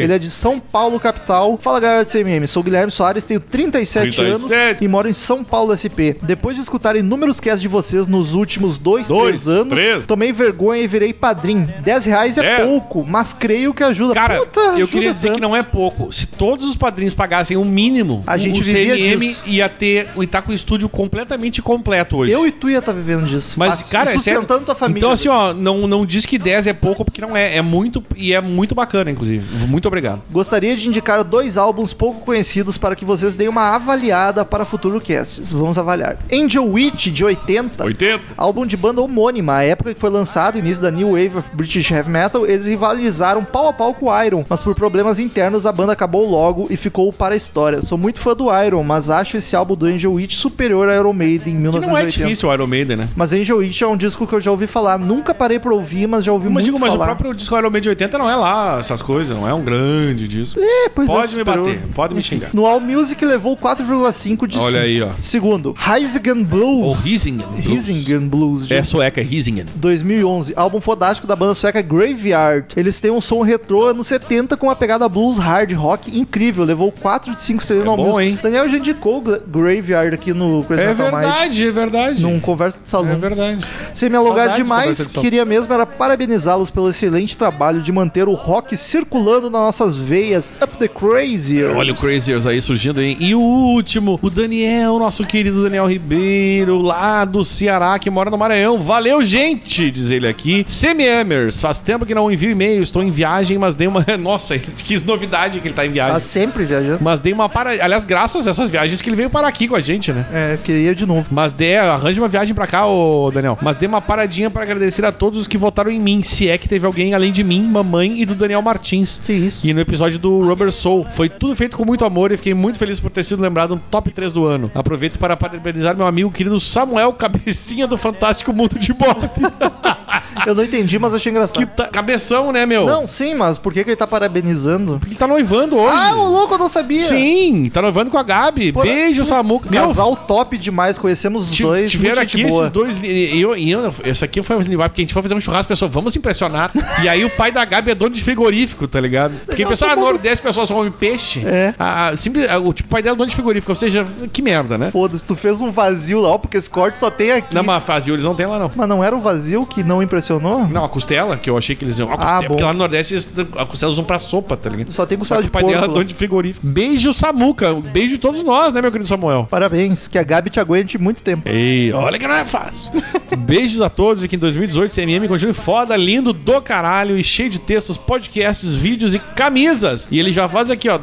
Speaker 1: Ele é de São Paulo, capital. Fala, galera do CMM. Sou o Guilherme Soares, tenho 37,
Speaker 2: 37.
Speaker 1: anos e moro em São Paulo, SP. Depois de escutar inúmeros casts de vocês nos últimos dois,
Speaker 2: Dois,
Speaker 1: três anos,
Speaker 2: três.
Speaker 1: tomei vergonha e virei padrinho. 10 reais é
Speaker 2: Dez.
Speaker 1: pouco, mas creio que ajuda.
Speaker 2: Cara,
Speaker 1: Puta,
Speaker 2: eu
Speaker 1: ajuda
Speaker 2: queria dizer
Speaker 1: tanto.
Speaker 2: que não é pouco. Se todos os padrinhos pagassem o mínimo,
Speaker 1: A gente
Speaker 2: o
Speaker 1: vivia
Speaker 2: CMM
Speaker 1: disso.
Speaker 2: ia ter tá o Itaco Estúdio completamente completo hoje.
Speaker 1: Eu e tu ia estar vivendo disso.
Speaker 2: mas,
Speaker 1: fácil.
Speaker 2: cara,
Speaker 1: E
Speaker 2: é sério.
Speaker 1: sustentando tua família.
Speaker 2: Então, assim, ó, não, não diz que 10 é pouco, porque não é. É muito e é muito bacana, inclusive. Muito obrigado.
Speaker 1: Gostaria de indicar dois álbuns pouco conhecidos para que vocês deem uma avaliada para futuro casts. Vamos avaliar. Angel Witch, de 80.
Speaker 2: 80.
Speaker 1: Álbum de banda homônima, a época que foi lançado, início da New Wave of British Heavy Metal, eles rivalizaram pau a pau com o Iron, mas por problemas internos a banda acabou logo e ficou para a história. Sou muito fã do Iron, mas acho esse álbum do Angel Witch superior a Iron Maiden em
Speaker 2: Que não é
Speaker 1: 1980.
Speaker 2: difícil o Iron Maiden, né?
Speaker 1: mas Angel Witch é um disco que eu já ouvi falar, nunca parei pra ouvir, mas já ouvi
Speaker 2: Mas
Speaker 1: muito
Speaker 2: digo, mas
Speaker 1: falar.
Speaker 2: o próprio disco Iron Maiden de 80 não é lá essas coisas, não é um grande disco.
Speaker 1: É, pois é,
Speaker 2: pode me
Speaker 1: superou.
Speaker 2: bater, pode me xingar.
Speaker 1: No All Music levou 4,5 de
Speaker 2: Olha
Speaker 1: cinco.
Speaker 2: aí, ó.
Speaker 1: Segundo, Heisigen Blues.
Speaker 2: Ou Heisigen Blues.
Speaker 1: Heisigen Blues, de
Speaker 2: É sueca, é Risingen.
Speaker 1: 2011, álbum fodástico da banda sueca Graveyard. Eles têm um som retrô anos 70 com uma pegada blues hard rock incrível. Levou 4 de 5 estrelas
Speaker 2: É
Speaker 1: no
Speaker 2: bom,
Speaker 1: almoço.
Speaker 2: hein?
Speaker 1: Daniel já indicou o Gra- Graveyard aqui no Crazy
Speaker 2: É
Speaker 1: Metal Mind.
Speaker 2: verdade, é verdade.
Speaker 1: Num conversa de salão.
Speaker 2: É verdade.
Speaker 1: Sem me alongar
Speaker 2: Saudades,
Speaker 1: demais,
Speaker 2: conversa de salão.
Speaker 1: queria mesmo era parabenizá-los pelo excelente trabalho de manter o rock circulando nas nossas veias. Up the Crazy.
Speaker 2: Olha o Craziers aí surgindo, hein? E o último, o Daniel, nosso querido Daniel Ribeiro, lá do Ceará, que mora no Maranhão. Valeu, gente! Diz ele aqui. Semi-Amers, faz tempo que não envio e-mail, estou em viagem, mas dei uma. [LAUGHS] Nossa, que novidade que ele tá em viagem.
Speaker 1: Tá sempre viajando.
Speaker 2: Mas dei uma para. Aliás, graças a essas viagens que ele veio parar aqui com a gente, né?
Speaker 1: É, queria de novo.
Speaker 2: Mas dê, arranje uma viagem pra cá, ô Daniel. Mas dê uma paradinha pra agradecer a todos os que votaram em mim, se é que teve alguém além de mim, mamãe e do Daniel Martins.
Speaker 1: Que isso.
Speaker 2: E no episódio do Rubber Soul. Foi tudo feito com muito amor e fiquei muito feliz por ter sido lembrado no top 3 do ano. Aproveito para parabenizar meu amigo querido Samuel Cabecinha do Fantástico Mundo de Bob.
Speaker 1: Eu não entendi, mas achei engraçado.
Speaker 2: [LAUGHS] que tá- cabeção, né, meu?
Speaker 1: Não, sim, mas por que, que ele tá parabenizando?
Speaker 2: Porque tá noivando hoje.
Speaker 1: Ah, o louco, eu não sabia.
Speaker 2: Sim, tá noivando com a Gabi.
Speaker 1: Pô,
Speaker 2: Beijo,
Speaker 1: putz,
Speaker 2: Samuca. Meu,
Speaker 1: Casal top demais, conhecemos os
Speaker 2: Ti-
Speaker 1: dois.
Speaker 2: Tiveram
Speaker 1: muito gente
Speaker 2: aqui
Speaker 1: boa.
Speaker 2: esses dois. E eu, e eu- essa aqui foi um aniversário, porque a gente foi fazer um churrasco, pessoal, vamos impressionar. e aí o pai da Gabi é dono de frigorífico, tá ligado? Porque o pessoal ah, Nordeste, o pessoal só come peixe.
Speaker 1: É.
Speaker 2: Ah, ah, simples, ah, o tipo, o pai dela é dono de frigorífico, ou seja, que merda, né?
Speaker 1: Foda-se, tu fez um vazio lá, ó, porque esse corte só tem aqui.
Speaker 2: Não, mas fazia, eles não tem lá, não.
Speaker 1: Mas não era o vazio que não impressionou?
Speaker 2: Não, a costela, que eu achei que eles iam. A costela,
Speaker 1: Ah, bom.
Speaker 2: porque lá no Nordeste eles- a costela usam pra sopa, tá ligado?
Speaker 1: Só tem
Speaker 2: Só
Speaker 1: costela
Speaker 2: que
Speaker 1: de
Speaker 2: o pai
Speaker 1: porco.
Speaker 2: dela é
Speaker 1: lá.
Speaker 2: dono de frigorífico. Beijo, Samuca. Beijo de todos nós, né, meu querido Samuel?
Speaker 1: Parabéns, que a Gabi te aguente muito tempo.
Speaker 2: Ei, olha que não é fácil. [LAUGHS] Beijos a todos e que em 2018 CMM continue foda, lindo do caralho e cheio de textos, podcasts, vídeos e camisas. E ele já faz aqui, ó,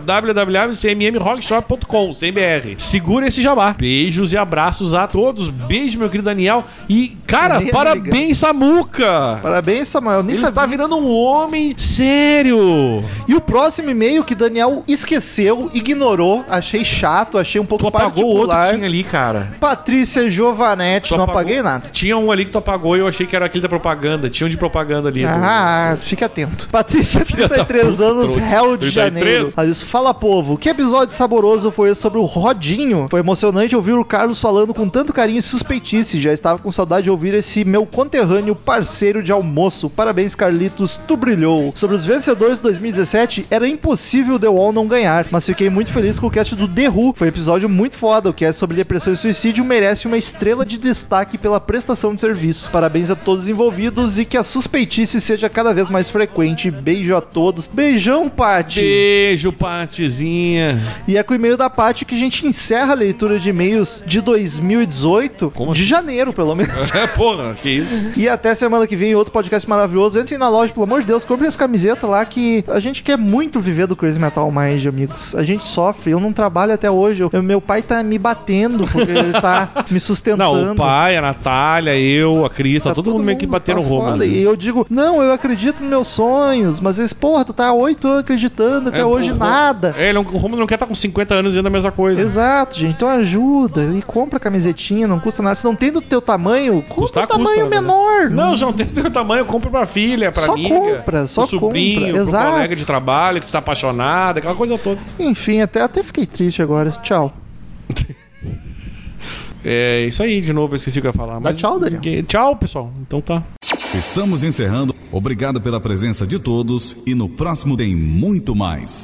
Speaker 2: www.cmmrockshop.com, CBR. Segura esse jabá. Beijos e abraços a todos. Beijo, meu querido Daniel. E, cara,
Speaker 1: Nem
Speaker 2: parabéns, Samuca.
Speaker 1: Parabéns, Samuel. é Nem
Speaker 2: Ele
Speaker 1: sabia.
Speaker 2: está virando um homem sério.
Speaker 1: E o próximo e-mail que Daniel esqueceu, ignorou, achei chato, achei um pouco
Speaker 2: Tu apagou o outro
Speaker 1: particular.
Speaker 2: que tinha ali, cara.
Speaker 1: Patrícia Giovanetti,
Speaker 2: Tu
Speaker 1: não
Speaker 2: apagou?
Speaker 1: apaguei nada.
Speaker 2: Tinha um ali que tu apagou e eu achei que era aquele da propaganda. Tinha um de propaganda ali.
Speaker 1: Ah, fica atento. Patrícia, 33
Speaker 2: puta,
Speaker 1: anos,
Speaker 2: trouxa.
Speaker 1: réu de
Speaker 2: 33?
Speaker 1: janeiro. Ela diz, Fala, povo. Que episódio saboroso foi esse sobre o Rodinho? Foi emocionante ouvir o Carlos falando com tanto carinho e suspeitice. Já estava com saudade de ouvir esse meu conterrâneo parceiro de almoço. Parabéns, Carlitos. Tu brilhou. Sobre os vencedores de 2017, era impossível o The Wall não ganhar, mas fiquei muito feliz com o cast do The Who. Foi um episódio muito foda. O cast sobre depressão e suicídio merece uma estrela de destaque pela prestação de serviço. Parabéns a todos os envolvidos e que a suspeitice seja cada vez mais frequente. Beijo a todos. Beijão, Paty.
Speaker 2: Beijo, Patizinha. [LAUGHS]
Speaker 1: E é com o e-mail da Paty que a gente encerra a leitura de e-mails de 2018,
Speaker 2: Como assim?
Speaker 1: de janeiro, pelo menos.
Speaker 2: É, porra, que isso?
Speaker 1: e até semana que vem, outro podcast maravilhoso. Entrem na loja, pelo amor de Deus, comprem as camisetas lá que a gente quer muito viver do Crazy Metal Mind, amigos. A gente sofre, eu não trabalho até
Speaker 2: [LAUGHS]
Speaker 1: hoje. eu- meu pai tá me batendo porque ele tá me sustentando.
Speaker 2: Não, o pai, a Natália, eu, a Cris, tá, todo, mundo meio que batendo
Speaker 1: tá
Speaker 2: Roma.
Speaker 1: foda.
Speaker 2: né?
Speaker 1: E eu digo, não, eu acredito nos meus sonhos, mas eles, porra, tu tá há oito anos acreditando, até
Speaker 2: É,
Speaker 1: hoje
Speaker 2: o- o-
Speaker 1: nada.
Speaker 2: É, ele, não- o Romulo não quer estar com 50 anos dizendo a mesma coisa.
Speaker 1: Exato, gente. Então ajuda e compra a camisetinha, não custa nada. Se não tem do teu tamanho, compra
Speaker 2: Custar,
Speaker 1: um tamanho
Speaker 2: custa, né?
Speaker 1: menor.
Speaker 2: Não, já não tem teu tamanho, compra pra filha, pra
Speaker 1: Só
Speaker 2: amiga,
Speaker 1: compra, só
Speaker 2: pro sobrinho,
Speaker 1: compra,
Speaker 2: pro
Speaker 1: exato.
Speaker 2: colega de trabalho que tu tá apaixonado, aquela coisa toda.
Speaker 1: Enfim, até, até fiquei triste agora. Tchau.
Speaker 2: É isso aí, de novo, eu esqueci o que eu ia falar. Mas
Speaker 1: tchau, Daniel.
Speaker 2: ninguém- Tchau, pessoal. Então tá.
Speaker 5: Estamos encerrando. Obrigado pela presença de todos e no próximo tem muito mais.